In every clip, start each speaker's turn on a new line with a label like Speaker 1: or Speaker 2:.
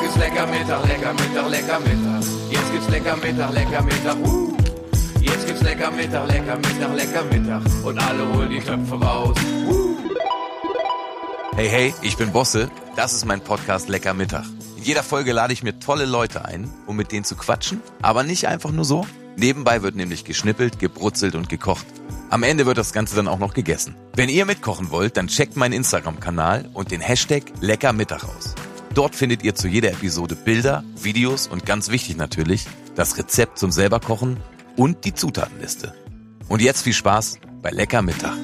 Speaker 1: gibt's lecker Mittag, lecker Mittag, lecker Mittag. Jetzt gibt's lecker Mittag, lecker Mittag. Uh. Jetzt gibt's lecker Mittag, lecker Mittag, lecker Mittag. Und alle holen die Köpfe raus. Uh.
Speaker 2: Hey, hey, ich bin Bosse. Das ist mein Podcast Lecker Mittag. In jeder Folge lade ich mir tolle Leute ein, um mit denen zu quatschen, aber nicht einfach nur so. Nebenbei wird nämlich geschnippelt, gebrutzelt und gekocht. Am Ende wird das Ganze dann auch noch gegessen. Wenn ihr mitkochen wollt, dann checkt meinen Instagram-Kanal und den Hashtag Lecker Mittag aus. Dort findet ihr zu jeder Episode Bilder, Videos und ganz wichtig natürlich, das Rezept zum selber kochen und die Zutatenliste. Und jetzt viel Spaß bei Lecker Mittag.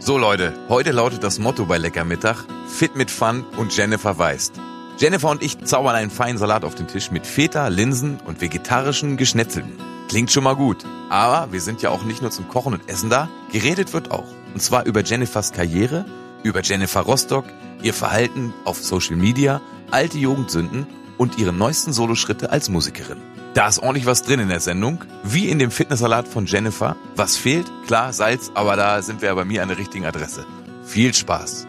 Speaker 2: So Leute, heute lautet das Motto bei Lecker Mittag Fit mit Fun und Jennifer Weist. Jennifer und ich zaubern einen feinen Salat auf den Tisch mit Feta, Linsen und vegetarischen Geschnetzelten. Klingt schon mal gut, aber wir sind ja auch nicht nur zum Kochen und Essen da, geredet wird auch. Und zwar über Jennifers Karriere, über Jennifer Rostock, ihr Verhalten auf Social Media, alte Jugendsünden und ihre neuesten Soloschritte als Musikerin. Da ist ordentlich was drin in der Sendung, wie in dem Fitnesssalat von Jennifer. Was fehlt? Klar, Salz, aber da sind wir ja bei mir an der richtigen Adresse. Viel Spaß!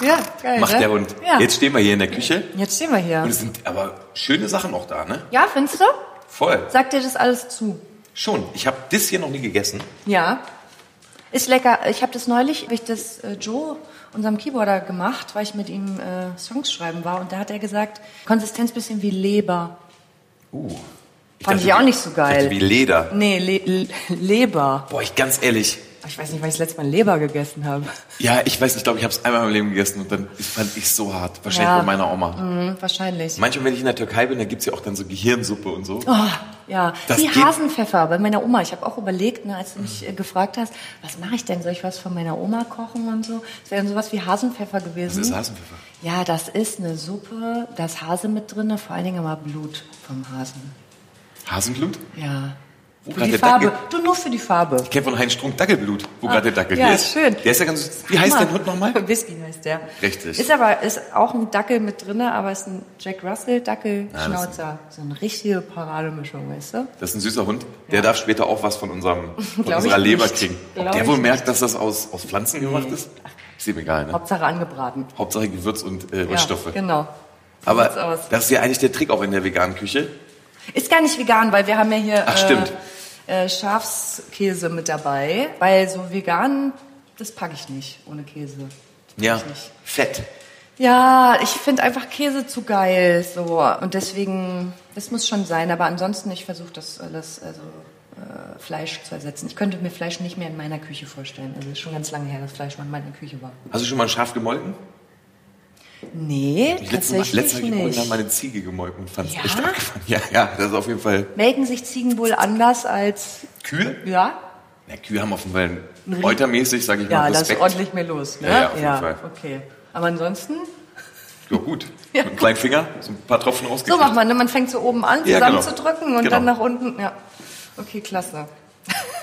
Speaker 3: Ja, geil.
Speaker 2: Macht
Speaker 3: ne?
Speaker 2: der Hund.
Speaker 3: Ja.
Speaker 2: Jetzt stehen wir hier in der Küche
Speaker 3: Jetzt stehen wir
Speaker 2: und
Speaker 3: hier.
Speaker 2: es sind aber schöne Sachen auch da, ne?
Speaker 3: Ja, findest du?
Speaker 2: Voll.
Speaker 3: Sagt dir das alles zu?
Speaker 2: Schon. Ich habe das hier noch nie gegessen.
Speaker 3: Ja. Ist lecker. Ich habe das neulich, habe ich das äh, Joe, unserem Keyboarder, gemacht, weil ich mit ihm äh, Songs schreiben war. Und da hat er gesagt, Konsistenz bisschen wie Leber.
Speaker 2: Uh.
Speaker 3: Fand
Speaker 2: dachte,
Speaker 3: ich auch nicht so geil.
Speaker 2: Ich dachte, wie Leder.
Speaker 3: Nee, Le Le Leber. Ah,
Speaker 2: Boah, ich ganz ehrlich.
Speaker 3: Ich weiß nicht, weil ich das letzte Mal Leber gegessen habe.
Speaker 2: Ja, ich weiß, ich glaube, ich habe es einmal im Leben gegessen und dann fand ich so hart. Wahrscheinlich
Speaker 3: Ja.
Speaker 2: bei meiner Oma.
Speaker 3: Mhm, wahrscheinlich.
Speaker 2: Manchmal, wenn ich in der Türkei bin, da gibt's ja auch dann so Gehirnsuppe und so.
Speaker 3: Oh, ja,
Speaker 2: Das
Speaker 3: wie
Speaker 2: geht-
Speaker 3: Hasenpfeffer bei meiner Oma. Ich habe auch überlegt, ne, als du mich äh, gefragt hast, was mache ich denn? Soll ich was von meiner Oma kochen und so? Es wäre dann sowas wie Hasenpfeffer gewesen.
Speaker 2: Das ist Hasenpfeffer.
Speaker 3: Ja, das ist eine Suppe, da ist Hase mit drin, vor allen Dingen immer Blut vom Hasen.
Speaker 2: Hasenblut?
Speaker 3: Ja.
Speaker 2: Wo
Speaker 3: für
Speaker 2: hat
Speaker 3: die
Speaker 2: der
Speaker 3: Farbe.
Speaker 2: Dackel-
Speaker 3: Du nur für die Farbe.
Speaker 2: Ich kenne von Heinz Strunk Dackelblut, wo
Speaker 3: Ah,
Speaker 2: gerade der Dackel
Speaker 3: ja,
Speaker 2: hier ist.
Speaker 3: schön.
Speaker 2: Der ist ja ganz. Wie heißt
Speaker 3: Hammer.
Speaker 2: dein Hund nochmal?
Speaker 3: Whisky heißt der.
Speaker 2: Richtig.
Speaker 3: Ist aber ist auch ein Dackel mit drin, aber ist ein Jack Russell Dackel
Speaker 2: Ah, das ist
Speaker 3: Schnauzer. So eine richtige Parademischung, weißt du?
Speaker 2: Das ist ein süßer Hund. Der darf später auch was von, unserem, von
Speaker 3: Glaub
Speaker 2: unserer
Speaker 3: ich
Speaker 2: Leber
Speaker 3: nicht.
Speaker 2: kriegen. Ob
Speaker 3: Glaub
Speaker 2: der
Speaker 3: ich
Speaker 2: wohl
Speaker 3: nicht.
Speaker 2: merkt, dass das aus, aus Pflanzen gemacht ist? Ist ihm egal, ne?
Speaker 3: Hauptsache angebraten.
Speaker 2: Hauptsache Gewürz und, äh, und
Speaker 3: Ja,
Speaker 2: Stoffe.
Speaker 3: Genau. So sieht's
Speaker 2: Aber
Speaker 3: aus.
Speaker 2: das ist ja eigentlich der Trick auch in der veganen Küche.
Speaker 3: Ist gar nicht vegan, weil wir haben ja hier
Speaker 2: Ach, stimmt.
Speaker 3: Äh, äh, Schafskäse mit dabei, weil so vegan, das packe ich nicht ohne Käse. Das pack
Speaker 2: Ja.
Speaker 3: Ich nicht.
Speaker 2: Fett.
Speaker 3: Ja, ich finde einfach Käse zu geil so und deswegen, das muss schon sein. Aber ansonsten, ich versuche das alles, also äh, Fleisch zu ersetzen. Ich könnte mir Fleisch nicht mehr in meiner Küche vorstellen. Also ist schon ganz lange her, dass Fleisch mal in meiner Küche war.
Speaker 2: Hast du schon mal ein Schaf gemolken?
Speaker 3: Nee,
Speaker 2: Ich
Speaker 3: tatsächlich
Speaker 2: letztes Mal, letztes Mal habe ich
Speaker 3: nicht.
Speaker 2: irgendwann meine Ziege gemolken und fand es
Speaker 3: Ja?
Speaker 2: echt abgefahren. Ja, ja, das ist auf jeden Fall
Speaker 3: Melken sich Ziegen wohl anders als
Speaker 2: Kühe.
Speaker 3: ja?
Speaker 2: Na, Kühe haben auf jeden Fall einen Eutermäßig, sage ich
Speaker 3: Ja,
Speaker 2: mal,
Speaker 3: da ist
Speaker 2: Respekt.
Speaker 3: ordentlich mehr los. Ne?
Speaker 2: Ja, ja, auf jeden Fall.
Speaker 3: okay. Aber ansonsten,
Speaker 2: ja, gut.
Speaker 3: Ja,
Speaker 2: Mit einem kleinen Finger, so ein paar Tropfen
Speaker 3: so
Speaker 2: rausgekriegt.
Speaker 3: macht man, ne? man fängt so oben an,
Speaker 2: Ja,
Speaker 3: zusammen
Speaker 2: genau.
Speaker 3: zu drücken und
Speaker 2: Genau.
Speaker 3: dann nach unten. Ja, okay, klasse.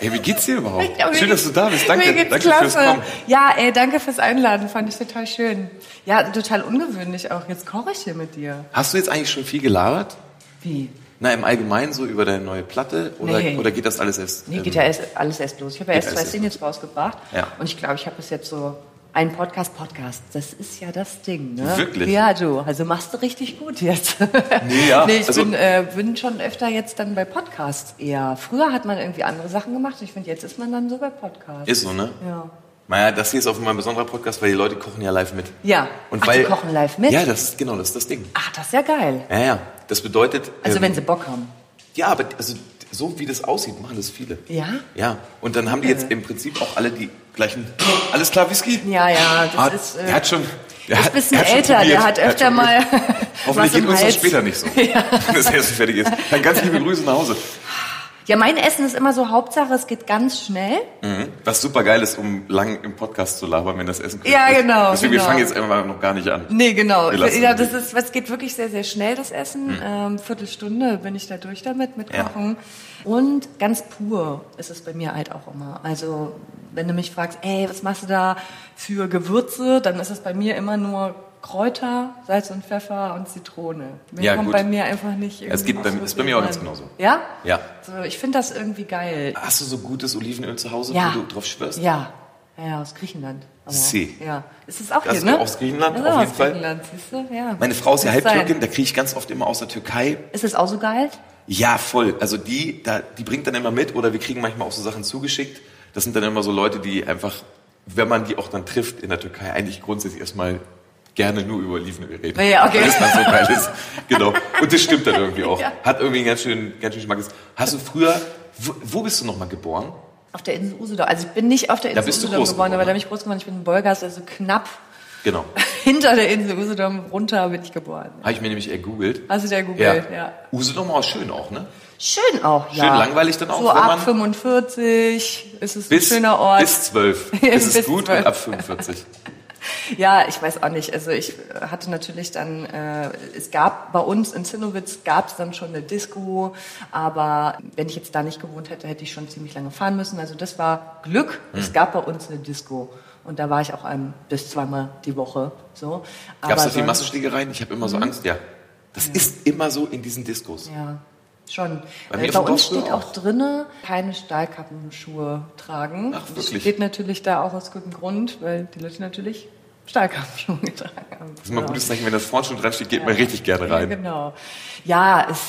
Speaker 2: Ey, wie geht's dir überhaupt?
Speaker 3: Ja, mir
Speaker 2: Schön, dass du da bist. Danke,
Speaker 3: mir geht's
Speaker 2: danke
Speaker 3: klasse.
Speaker 2: fürs Kommen.
Speaker 3: Ja, ey, danke fürs Einladen, fand ich total schön. Ja, total ungewöhnlich auch. Jetzt koche ich hier mit dir.
Speaker 2: Hast du jetzt eigentlich schon viel gelabert?
Speaker 3: Wie?
Speaker 2: Na, im Allgemeinen so über deine neue Platte? Oder,
Speaker 3: Nee.
Speaker 2: oder geht das alles erst?
Speaker 3: Nee,
Speaker 2: ähm,
Speaker 3: geht ja erst, alles erst los. Ich habe ja
Speaker 2: geht
Speaker 3: erst zwei
Speaker 2: alles erst
Speaker 3: Singles rausgebracht.
Speaker 2: Ja.
Speaker 3: Und ich glaube, ich habe bis jetzt so einen Podcast, Podcast. Das ist ja das Ding, ne?
Speaker 2: Wirklich?
Speaker 3: Ja, du. Also machst du richtig gut jetzt.
Speaker 2: Nee, ja,
Speaker 3: Nee, ich
Speaker 2: also-
Speaker 3: bin, äh, bin schon öfter jetzt dann bei Podcasts eher. Früher hat man irgendwie andere Sachen gemacht. Ich finde, jetzt ist man dann so bei Podcasts.
Speaker 2: Ist so, ne?
Speaker 3: ja.
Speaker 2: Naja, das hier ist auf jeden Fall ein besonderer Podcast, weil die Leute kochen ja live mit.
Speaker 3: Ja.
Speaker 2: Und
Speaker 3: Ach,
Speaker 2: weil,
Speaker 3: die kochen live mit?
Speaker 2: Ja, das ist genau, das ist das Ding.
Speaker 3: Ach, das ist ja geil.
Speaker 2: Ja, ja. Das bedeutet.
Speaker 3: Also
Speaker 2: ähm,
Speaker 3: wenn sie Bock haben.
Speaker 2: Ja, aber also, so wie das aussieht, machen das viele.
Speaker 3: Ja? Äh.
Speaker 2: Ja. Und dann haben die jetzt im Prinzip auch alle die gleichen. Alles klar, Whisky?
Speaker 3: Ja, ja, das
Speaker 2: Ah,
Speaker 3: ist... äh,
Speaker 2: er hat schon. Er
Speaker 3: ist
Speaker 2: hat-
Speaker 3: ein bisschen
Speaker 2: er hat schon
Speaker 3: älter,
Speaker 2: probiert.
Speaker 3: der hat
Speaker 2: Er
Speaker 3: öfter
Speaker 2: schon
Speaker 3: mal
Speaker 2: probiert. Hoffentlich
Speaker 3: was
Speaker 2: geht
Speaker 3: im
Speaker 2: uns das
Speaker 3: Hals.
Speaker 2: später nicht so. Wenn das Essen fertig ist. Dann ganz liebe Grüße nach Hause.
Speaker 3: Ja, mein Essen ist immer so Hauptsache, es geht ganz schnell.
Speaker 2: Mhm. Was super geil ist, um lang im Podcast zu labern, wenn das Essen kommt.
Speaker 3: Ja, genau,
Speaker 2: Deswegen, wir
Speaker 3: genau.
Speaker 2: fangen jetzt einfach noch gar nicht an.
Speaker 3: Nee, genau.
Speaker 2: Wir lassen
Speaker 3: Ja,
Speaker 2: den
Speaker 3: das ist, es geht wirklich sehr, sehr schnell, das Essen. Ähm, Viertelstunde bin ich da durch damit, mit
Speaker 2: Hm. Ja.
Speaker 3: Kochen. Und ganz pur ist es bei mir halt auch immer. Also, wenn du mich fragst, ey, was machst du da für Gewürze, dann ist es bei mir immer nur Kräuter, Salz und Pfeffer und Zitrone. Mehr
Speaker 2: Ja,
Speaker 3: kommt
Speaker 2: gut.
Speaker 3: bei mir einfach nicht.
Speaker 2: Es gibt bei mir- ist bei mir auch ganz genauso.
Speaker 3: Ja?
Speaker 2: Ja.
Speaker 3: So, Also, ich finde das irgendwie geil.
Speaker 2: Hast du so gutes Olivenöl zu Hause,
Speaker 3: Ja.
Speaker 2: wo du drauf schwörst?
Speaker 3: Ja. Ja, aus Griechenland. Aber,
Speaker 2: Sie.
Speaker 3: Ja. Ist es
Speaker 2: Das
Speaker 3: auch hier,
Speaker 2: ist
Speaker 3: ne?
Speaker 2: auch aus Griechenland,
Speaker 3: Das ist
Speaker 2: auf
Speaker 3: auch
Speaker 2: jeden
Speaker 3: aus
Speaker 2: Fall.
Speaker 3: Griechenland, siehst du? Ja.
Speaker 2: Meine Frau ist ja
Speaker 3: Kann
Speaker 2: halb
Speaker 3: sein.
Speaker 2: Türkin, da kriege ich ganz oft immer aus der Türkei
Speaker 3: Ist es auch so geil?
Speaker 2: Ja, voll. Also die, da, die bringt dann immer mit oder wir kriegen manchmal auch so Sachen zugeschickt. Das sind dann immer so Leute, die einfach, wenn man die auch dann trifft in der Türkei, eigentlich grundsätzlich erstmal gerne nur über Olivenöl reden.
Speaker 3: Ja, okay.
Speaker 2: Weil es dann so geil ist. Genau. Und das stimmt dann irgendwie auch.
Speaker 3: Ja.
Speaker 2: Hat irgendwie einen ganz schönen, ganz schönen Geschmack. Hast du früher, wo, wo bist du nochmal geboren?
Speaker 3: Auf der Insel Usedom. Also ich bin nicht auf der Insel
Speaker 2: bist du
Speaker 3: Usedom
Speaker 2: groß
Speaker 3: geboren,
Speaker 2: geworden,
Speaker 3: aber da
Speaker 2: ne?
Speaker 3: bin ich groß geworden. Ich bin in Bolgast, also knapp
Speaker 2: Genau.
Speaker 3: hinter der Insel Usedom runter bin ich geboren.
Speaker 2: Habe ich mir nämlich ergoogelt.
Speaker 3: Hast du dir gegoogelt, ja.
Speaker 2: Usedom war schön auch, ne?
Speaker 3: Schön auch, ja.
Speaker 2: Schön langweilig dann auch,
Speaker 3: So
Speaker 2: wenn
Speaker 3: ab
Speaker 2: man-
Speaker 3: 45 ist es ein schöner Ort.
Speaker 2: Bis zwölf. Das ist
Speaker 3: Bis
Speaker 2: gut und
Speaker 3: zwölf.
Speaker 2: ab 45.
Speaker 3: Ja, ich weiß auch nicht. Also ich äh, hatte natürlich dann, äh, es gab bei uns in Zinnowitz gab es dann schon eine Disco, aber wenn ich jetzt da nicht gewohnt hätte, hätte ich schon ziemlich lange fahren müssen. Also das war Glück.
Speaker 2: Hm.
Speaker 3: Es gab bei uns eine Disco und da war ich auch ein bis zweimal die Woche. So.
Speaker 2: Gab es da
Speaker 3: Aber
Speaker 2: viel
Speaker 3: sonst- Mhm.
Speaker 2: Massenschlägereien? Ich habe immer so Angst, ja. Das ist immer so in diesen Diskos.
Speaker 3: Ja, schon.
Speaker 2: Bei
Speaker 3: Bei,
Speaker 2: mir auf
Speaker 3: äh, bei
Speaker 2: dem Dorf
Speaker 3: uns steht
Speaker 2: früher
Speaker 3: auch
Speaker 2: auch.
Speaker 3: drinne, keine Stahlkappenschuhe tragen.
Speaker 2: Ach,
Speaker 3: Das
Speaker 2: wirklich?
Speaker 3: steht natürlich da auch aus gutem Grund, weil die Leute natürlich Stahlkappenschuhe getragen haben.
Speaker 2: Das ist immer ein gutes Zeichen, wenn das vorne schon dran steht, geht man richtig gerne rein.
Speaker 3: Ja, genau. Ja, ist,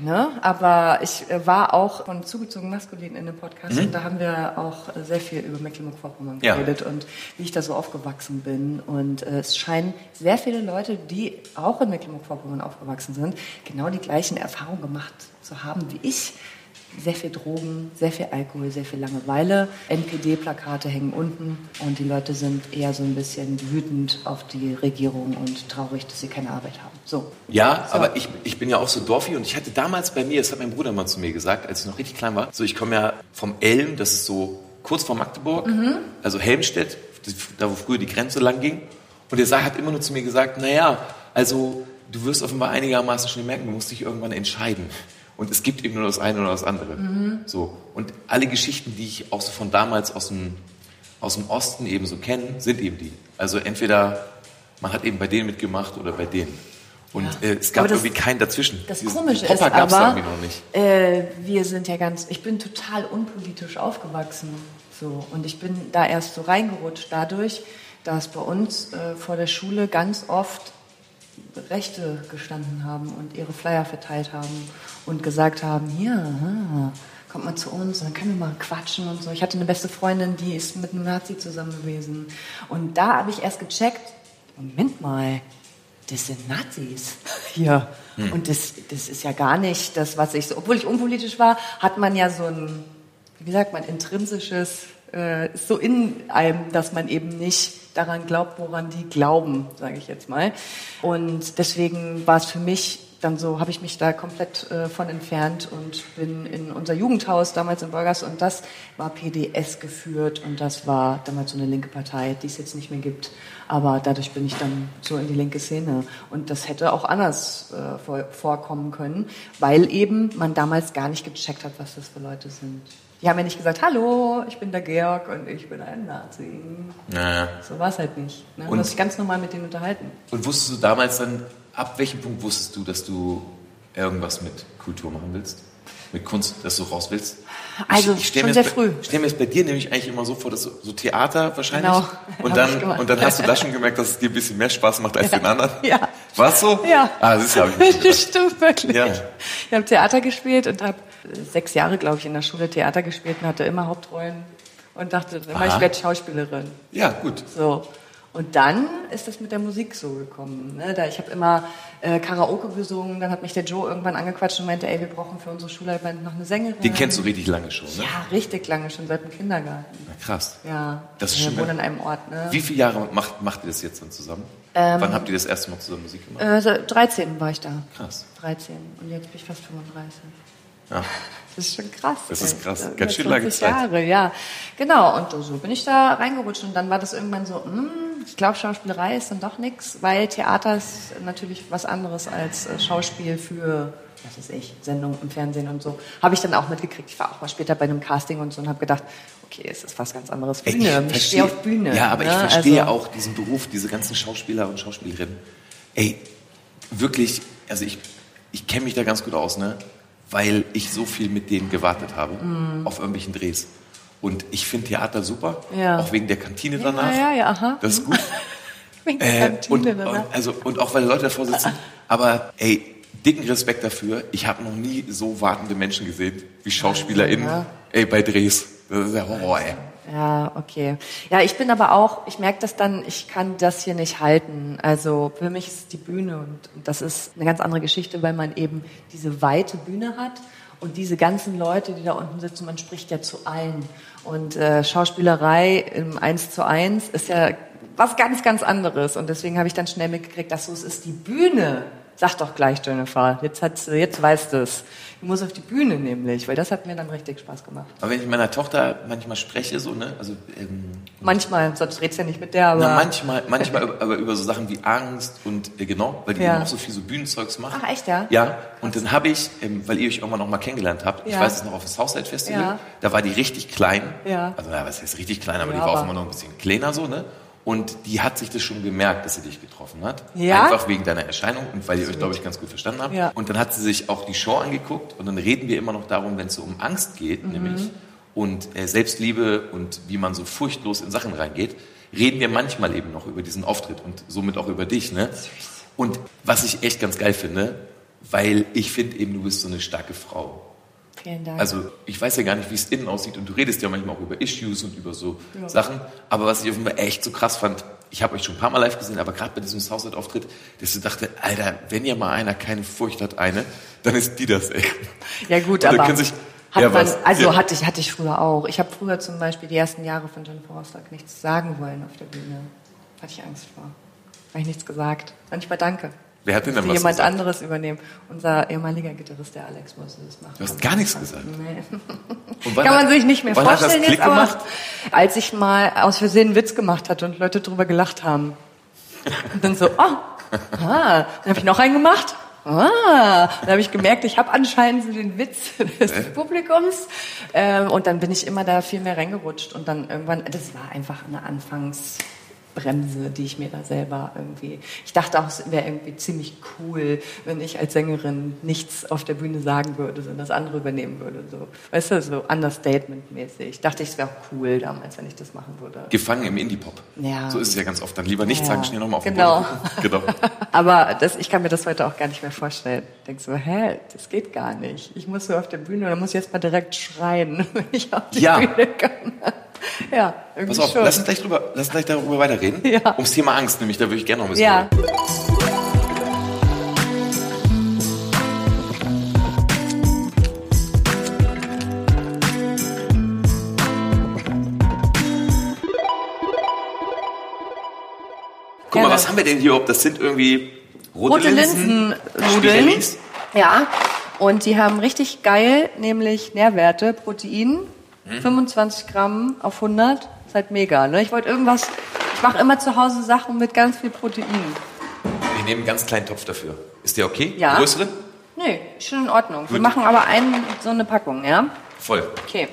Speaker 3: äh, ne? aber ich äh, war auch von zugezogen maskulin in einem Podcast und da haben wir auch äh, sehr viel über Mecklenburg-Vorpommern
Speaker 2: Mhm. Ja.
Speaker 3: geredet und wie ich da so aufgewachsen bin. Und äh, es scheinen sehr viele Leute, die auch in Mecklenburg-Vorpommern aufgewachsen sind, genau die gleichen Erfahrungen gemacht zu haben wie ich. Sehr viel Drogen, sehr viel Alkohol, sehr viel Langeweile. NPD-Plakate hängen unten und die Leute sind eher so ein bisschen wütend auf die Regierung und traurig, dass sie keine Arbeit haben. So,
Speaker 2: Ja, aber ich, ich bin ja auch so Dorfi und ich hatte damals bei mir, das hat mein Bruder mal zu mir gesagt, als ich noch richtig klein war, so ich komme ja vom Elm, das ist so kurz vor Magdeburg, also Helmstedt, die- da wo früher die Grenze lang ging. Und der Sa- hat immer nur zu mir gesagt, naja, also du wirst offenbar einigermaßen schnell merken, du musst dich irgendwann entscheiden. Und es gibt eben nur das eine oder das andere. So. Und alle Geschichten, die ich auch so von damals aus dem, aus dem Osten eben so kenne, sind eben die. Also entweder man hat eben bei denen mitgemacht oder bei denen. Und
Speaker 3: Ja.
Speaker 2: äh, es gab
Speaker 3: Aber das-
Speaker 2: irgendwie keinen dazwischen.
Speaker 3: Das
Speaker 2: Diesen
Speaker 3: Komische ist
Speaker 2: Popper gab's da
Speaker 3: aber,
Speaker 2: irgendwie noch nicht.
Speaker 3: äh, wir sind ja ganz, ich bin total unpolitisch aufgewachsen. So. Und ich bin da erst so reingerutscht dadurch, dass bei uns äh, vor der Schule ganz oft Rechte gestanden haben und ihre Flyer verteilt haben und gesagt haben, hier, ah, kommt mal zu uns, dann können wir mal quatschen und so. Ich hatte eine beste Freundin, die ist mit einem Nazi zusammen gewesen. Und da habe ich erst gecheckt, Moment mal, das sind Nazis hier. Und das, das ist ja gar nicht das, was ich so, obwohl ich unpolitisch war, hat man ja so ein, wie sagt man, intrinsisches, äh, ist so in einem, dass man eben nicht daran glaubt, woran die glauben, sage ich jetzt mal. Und deswegen war es für mich dann so, habe ich mich da komplett äh, von entfernt und bin in unser Jugendhaus damals in Burgers und das war PDS geführt und das war damals so eine linke Partei, die es jetzt nicht mehr gibt. Aber dadurch bin ich dann so in die linke Szene und das hätte auch anders äh, vor, vorkommen können, weil eben man damals gar nicht gecheckt hat, was das für Leute sind. Die haben ja nicht gesagt, hallo, ich bin der Georg und ich bin ein Nazi.
Speaker 2: Naja.
Speaker 3: So war es halt nicht. Ne?
Speaker 2: Und-
Speaker 3: Und du hast dich ganz normal mit denen unterhalten.
Speaker 2: Und wusstest du damals dann, ab welchem Punkt wusstest du, dass du irgendwas mit Kultur machen willst? Mit Kunst, dass du raus willst?
Speaker 3: Also,
Speaker 2: stell
Speaker 3: schon
Speaker 2: mir das
Speaker 3: sehr
Speaker 2: bei,
Speaker 3: früh.
Speaker 2: Ich stelle mir das bei dir nämlich eigentlich immer so vor, dass du, so Theater wahrscheinlich.
Speaker 3: Genau.
Speaker 2: Und,
Speaker 3: Hab ich
Speaker 2: dann,
Speaker 3: gemacht.
Speaker 2: und dann hast du da schon gemerkt, dass es dir ein bisschen mehr Spaß macht als den anderen?
Speaker 3: Ja.
Speaker 2: War's so?
Speaker 3: Ja.
Speaker 2: Ah, das ist ja.
Speaker 3: Das stimmt wirklich.
Speaker 2: Ja.
Speaker 3: Ich habe Theater gespielt und habe sechs Jahre, glaube ich, in der Schule Theater gespielt und hatte immer Hauptrollen und dachte immer,
Speaker 2: Aha.
Speaker 3: ich werde Schauspielerin.
Speaker 2: Ja, gut.
Speaker 3: So. Und dann ist das mit der Musik so gekommen. Ne? Da ich habe immer äh, Karaoke gesungen, dann hat mich der Joe irgendwann angequatscht und meinte, ey, wir brauchen für unsere Schularbeit noch eine Sängerin.
Speaker 2: Den kennst du richtig lange schon, ne?
Speaker 3: Ja, richtig lange, schon seit dem Kindergarten.
Speaker 2: Na, krass.
Speaker 3: Ja,
Speaker 2: Das ist
Speaker 3: wir
Speaker 2: schon-
Speaker 3: wohnen an einem Ort. Ne?
Speaker 2: Wie viele Jahre macht, macht ihr das jetzt dann zusammen?
Speaker 3: Ähm.
Speaker 2: Wann habt ihr das erste Mal zusammen Musik gemacht?
Speaker 3: Äh, so 13 war ich da.
Speaker 2: Krass.
Speaker 3: 13. Und jetzt bin ich fast 35.
Speaker 2: Ja.
Speaker 3: Das ist schon krass.
Speaker 2: Das ist
Speaker 3: ey.
Speaker 2: krass.
Speaker 3: Äh,
Speaker 2: Ganz schön lange
Speaker 3: 20
Speaker 2: Zeit.
Speaker 3: Jahre, ja. Genau. Und so bin ich da reingerutscht. Und dann war das irgendwann so, hm, ich glaube, Schauspielerei ist dann doch nichts, weil Theater ist natürlich was anderes als äh, Schauspiel für was weiß ich, Sendungen im Fernsehen und so, habe ich dann auch mitgekriegt. Ich war auch mal später bei einem Casting und so und habe gedacht, okay, es ist was ganz anderes.
Speaker 2: Ey,
Speaker 3: Bühne, ich, stehe auf Bühne.
Speaker 2: Ja, aber ich
Speaker 3: ne?
Speaker 2: verstehe
Speaker 3: Also-
Speaker 2: auch diesen Beruf, diese ganzen Schauspieler und Schauspielerinnen. Ey, wirklich, also ich, ich kenne mich da ganz gut aus, ne? Weil ich so viel mit denen gewartet habe
Speaker 3: Mhm.
Speaker 2: auf irgendwelchen Drehs. Und ich finde Theater super,
Speaker 3: Ja.
Speaker 2: auch wegen der Kantine danach.
Speaker 3: ja, ja, aha.
Speaker 2: Das ist gut.
Speaker 3: Wegen der
Speaker 2: Äh, und,
Speaker 3: Kantine ne?
Speaker 2: und,
Speaker 3: danach.
Speaker 2: also, und auch weil Leute davor sitzen. Aber ey, dicken Respekt dafür. Ich habe noch nie so wartende Menschen gesehen wie SchauspielerInnen.
Speaker 3: Ja.
Speaker 2: Ey, bei Drehs. Das ist der Horror, ey.
Speaker 3: Ja, okay. Ja, ich bin aber auch, ich merke das dann, ich kann das hier nicht halten. Also für mich ist die Bühne und, und das ist eine ganz andere Geschichte, weil man eben diese weite Bühne hat und diese ganzen Leute, die da unten sitzen, man spricht ja zu allen. Und äh, Schauspielerei im Eins zu eins ist ja was ganz, ganz anderes. Und deswegen habe ich dann schnell mitgekriegt, dass so es ist die Bühne. Sag doch gleich, Jennifer. Jetzt, hat's, jetzt weißt du es. Du musst auf die Bühne nämlich, weil das hat mir dann richtig Spaß gemacht.
Speaker 2: Aber wenn ich mit meiner Tochter manchmal spreche, so, ne, also, ähm,
Speaker 3: Manchmal, sonst redst du ja nicht mit der, aber.
Speaker 2: na, manchmal, manchmal über- aber über so Sachen wie Angst und, äh, genau, weil die
Speaker 3: Ja.
Speaker 2: eben auch so viel so Bühnenzeugs machen.
Speaker 3: Ach, echt, ja?
Speaker 2: Ja, und dann habe ich, ähm, weil ihr euch irgendwann noch mal kennengelernt habt, ich
Speaker 3: Ja.
Speaker 2: weiß es noch auf das Southside Festival,
Speaker 3: Ja.
Speaker 2: da war die richtig klein.
Speaker 3: Ja.
Speaker 2: Also, na, was heißt richtig klein, aber
Speaker 3: Ja,
Speaker 2: die war auf
Speaker 3: aber-
Speaker 2: einmal noch ein bisschen kleiner, so, ne? Und die hat sich das schon gemerkt, dass sie dich getroffen hat.
Speaker 3: Ja?
Speaker 2: Einfach wegen deiner Erscheinung und weil ihr euch, glaube ich, ganz gut verstanden habt.
Speaker 3: Ja.
Speaker 2: Und dann hat sie sich auch die Show angeguckt und dann reden wir immer noch darum, wenn es so um Angst geht, nämlich und äh, Selbstliebe und wie man so furchtlos in Sachen reingeht, reden wir manchmal eben noch über diesen Auftritt und somit auch über dich. Ne? Und was ich echt ganz geil finde, weil ich finde eben, du bist so eine starke Frau.
Speaker 3: Vielen Dank.
Speaker 2: Also ich weiß ja gar nicht, wie es innen aussieht und du redest ja manchmal auch über Issues und über so Sachen. Aber was ich auf jeden Fall echt so krass fand, ich habe euch schon ein paar Mal live gesehen, aber gerade bei diesem Southside-Auftritt, dass ich dachte, Alter, wenn ja mal einer keine Furcht hat, eine, dann ist die das, ey.
Speaker 3: ja
Speaker 2: Und
Speaker 3: gut,
Speaker 2: dann
Speaker 3: aber
Speaker 2: also, können sich-
Speaker 3: hat
Speaker 2: Ja,
Speaker 3: man,
Speaker 2: was?
Speaker 3: also
Speaker 2: Ja.
Speaker 3: hatte ich hatte ich früher auch. Ich habe früher zum Beispiel die ersten Jahre von Jennifer Rostock nichts sagen wollen auf der Bühne. Hatte ich Angst vor. Habe ich nichts gesagt. Manchmal danke.
Speaker 2: Wer hat denn dann
Speaker 3: Musste
Speaker 2: was
Speaker 3: jemand
Speaker 2: gesagt?
Speaker 3: anderes übernehmen? Unser ehemaliger Gitarrist, der Alex, musste das machen.
Speaker 2: Du hast gar nichts gesagt.
Speaker 3: Nee.
Speaker 2: Und wann
Speaker 3: Kann
Speaker 2: hat-
Speaker 3: man sich nicht mehr
Speaker 2: wann
Speaker 3: vorstellen
Speaker 2: hat das Klick
Speaker 3: jetzt, aber
Speaker 2: gemacht?
Speaker 3: als ich mal aus Versehen einen Witz gemacht hatte und Leute drüber gelacht haben. Und dann so, oh, ah, dann habe ich noch einen gemacht. Ah, dann habe ich gemerkt, ich habe anscheinend so den Witz des Publikums. Ähm, und dann bin ich immer da viel mehr reingerutscht. Und dann irgendwann, das war einfach eine Anfangsbremse, die ich mir da selber irgendwie. Ich dachte auch, es wäre irgendwie ziemlich cool, wenn ich als Sängerin nichts auf der Bühne sagen würde, sondern das andere übernehmen würde. So, weißt du, so Understatement-mäßig. Ich dachte, es wäre auch cool damals, wenn ich das machen würde.
Speaker 2: Gefangen im Indie-Pop.
Speaker 3: Ja.
Speaker 2: So ist es ja ganz oft. Dann lieber nichts
Speaker 3: Ja.
Speaker 2: sagen, schnell nochmal auf den
Speaker 3: Genau.
Speaker 2: Boden gucken. Genau.
Speaker 3: Aber das, ich kann mir das heute auch gar nicht mehr vorstellen. Ich denk so, hä, das geht gar nicht. Ich muss so auf der Bühne und dann muss ich jetzt mal direkt schreien, wenn ich auf die
Speaker 2: Ja.
Speaker 3: Bühne komme. Ja, irgendwie
Speaker 2: Pass auf,
Speaker 3: schon.
Speaker 2: lass uns gleich drüber, lass uns gleich darüber weiterreden.
Speaker 3: Ja.
Speaker 2: Ums Thema Angst, nämlich, da würde ich gerne noch ein bisschen
Speaker 3: ja.
Speaker 2: Guck mal,
Speaker 3: Gerne.
Speaker 2: was haben wir denn hier überhaupt? Das sind irgendwie rote,
Speaker 3: Rote Linsen, Nudeln.
Speaker 2: Spirellis.
Speaker 3: Ja. Und die haben richtig geil, nämlich Nährwerte, Protein,
Speaker 2: Mhm.
Speaker 3: 25 Gramm auf 100. Ist halt mega. Ne? Ich wollte irgendwas, ich mache immer zu Hause Sachen mit ganz viel Protein.
Speaker 2: Wir nehmen einen ganz kleinen Topf dafür. Ist der okay?
Speaker 3: Ja.
Speaker 2: Größere?
Speaker 3: Nee, schon in Ordnung. Wir
Speaker 2: Gut.
Speaker 3: machen aber einen, so eine Packung, ja?
Speaker 2: Voll.
Speaker 3: Okay.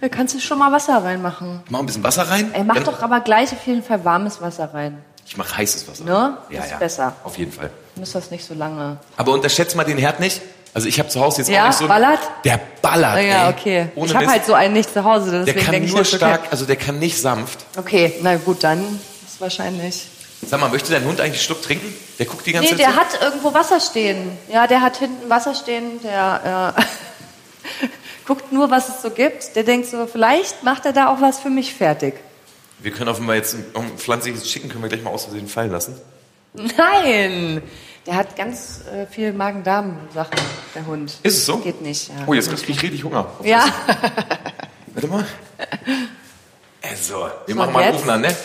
Speaker 3: Da kannst du schon mal Wasser reinmachen.
Speaker 2: Mach ein bisschen Wasser rein.
Speaker 3: Ey, mach
Speaker 2: Dann-
Speaker 3: doch aber gleich auf jeden Fall warmes Wasser rein.
Speaker 2: Ich mache heißes Wasser.
Speaker 3: Ne? Ist besser.
Speaker 2: Auf jeden Fall.
Speaker 3: Muss das nicht so lange.
Speaker 2: Aber unterschätzt mal den Herd nicht. Also ich habe zu Hause jetzt
Speaker 3: Ja,
Speaker 2: auch nicht so...
Speaker 3: ballert?
Speaker 2: Der ballert,
Speaker 3: Ah ja,
Speaker 2: ey.
Speaker 3: okay.
Speaker 2: Ohne
Speaker 3: ich habe
Speaker 2: Mist.
Speaker 3: halt so einen nicht zu Hause,
Speaker 2: der
Speaker 3: deswegen
Speaker 2: kann
Speaker 3: denke ich
Speaker 2: nur
Speaker 3: das ist
Speaker 2: stark, also der kann nicht sanft.
Speaker 3: Okay. okay, na gut, dann ist wahrscheinlich.
Speaker 2: Sag mal, möchte dein Hund eigentlich einen Schluck trinken? Der guckt die ganze
Speaker 3: Nee,
Speaker 2: Zeit
Speaker 3: der
Speaker 2: so.
Speaker 3: hat irgendwo Wasser stehen. Ja, der hat hinten Wasser stehen, der äh, guckt nur, was es so gibt. Der denkt so, vielleicht macht er da auch was für mich fertig.
Speaker 2: Wir können offenbar jetzt ein, um ein pflanzliches Chicken können wir gleich mal aus Versehen fallen lassen.
Speaker 3: Nein! Der hat ganz äh, viel Magen-Darm-Sachen, der Hund.
Speaker 2: Ist es so?
Speaker 3: Geht nicht, ja.
Speaker 2: Oh, jetzt krieg ich richtig Hunger.
Speaker 3: Ja,
Speaker 2: Warte mal. Äh, So, wir
Speaker 3: So,
Speaker 2: machen mal einen
Speaker 3: jetzt?
Speaker 2: Ofen an, ne?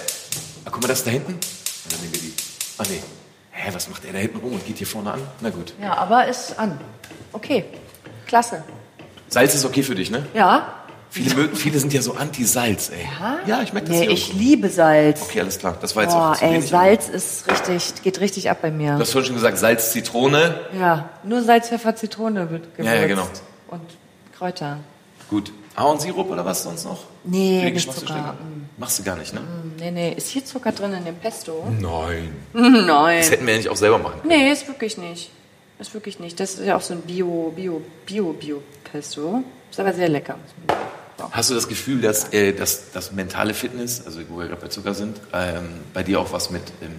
Speaker 2: Ah, guck mal, das da hinten. Und dann nehmen wir die. Ah, nee. Hä, was macht er da hinten rum und geht hier vorne an? Na gut.
Speaker 3: ja, aber ist an. Okay, klasse.
Speaker 2: Salz ist okay für dich, ne?
Speaker 3: Ja,
Speaker 2: Viele, mögen, viele sind ja so anti-Salz, ey.
Speaker 3: Ah?
Speaker 2: Ja, ich merke das
Speaker 3: nee,
Speaker 2: hier
Speaker 3: ich liebe Salz.
Speaker 2: Okay, alles klar. Das war jetzt
Speaker 3: Boah,
Speaker 2: auch zu
Speaker 3: ey,
Speaker 2: wenig.
Speaker 3: Salz ist richtig, geht richtig ab bei mir.
Speaker 2: Du hast vorhin schon gesagt, Salz, Zitrone.
Speaker 3: ja, nur Salz, Pfeffer, Zitrone wird gewürzt.
Speaker 2: Ja, ja, genau.
Speaker 3: Und Kräuter.
Speaker 2: Gut. Ahornsirup oder was sonst noch? Für
Speaker 3: Nee,
Speaker 2: die
Speaker 3: nicht Mhm.
Speaker 2: Geschmacksrichtung?
Speaker 3: Zucker. Mm,
Speaker 2: Machst du gar nicht, ne?
Speaker 3: Nee, nee, ist hier Zucker drin in dem Pesto?
Speaker 2: Nein. Das
Speaker 3: Nein.
Speaker 2: hätten wir ja nicht auch selber machen können.
Speaker 3: Nee, ist wirklich nicht. Ist wirklich nicht. Das ist ja auch so ein Bio, Bio, Bio, Bio Pesto. Ist aber sehr lecker.
Speaker 2: Hast du das Gefühl, dass, äh, dass das mentale Fitness, also wo wir gerade bei Zucker sind, ähm, bei dir auch was mit ähm,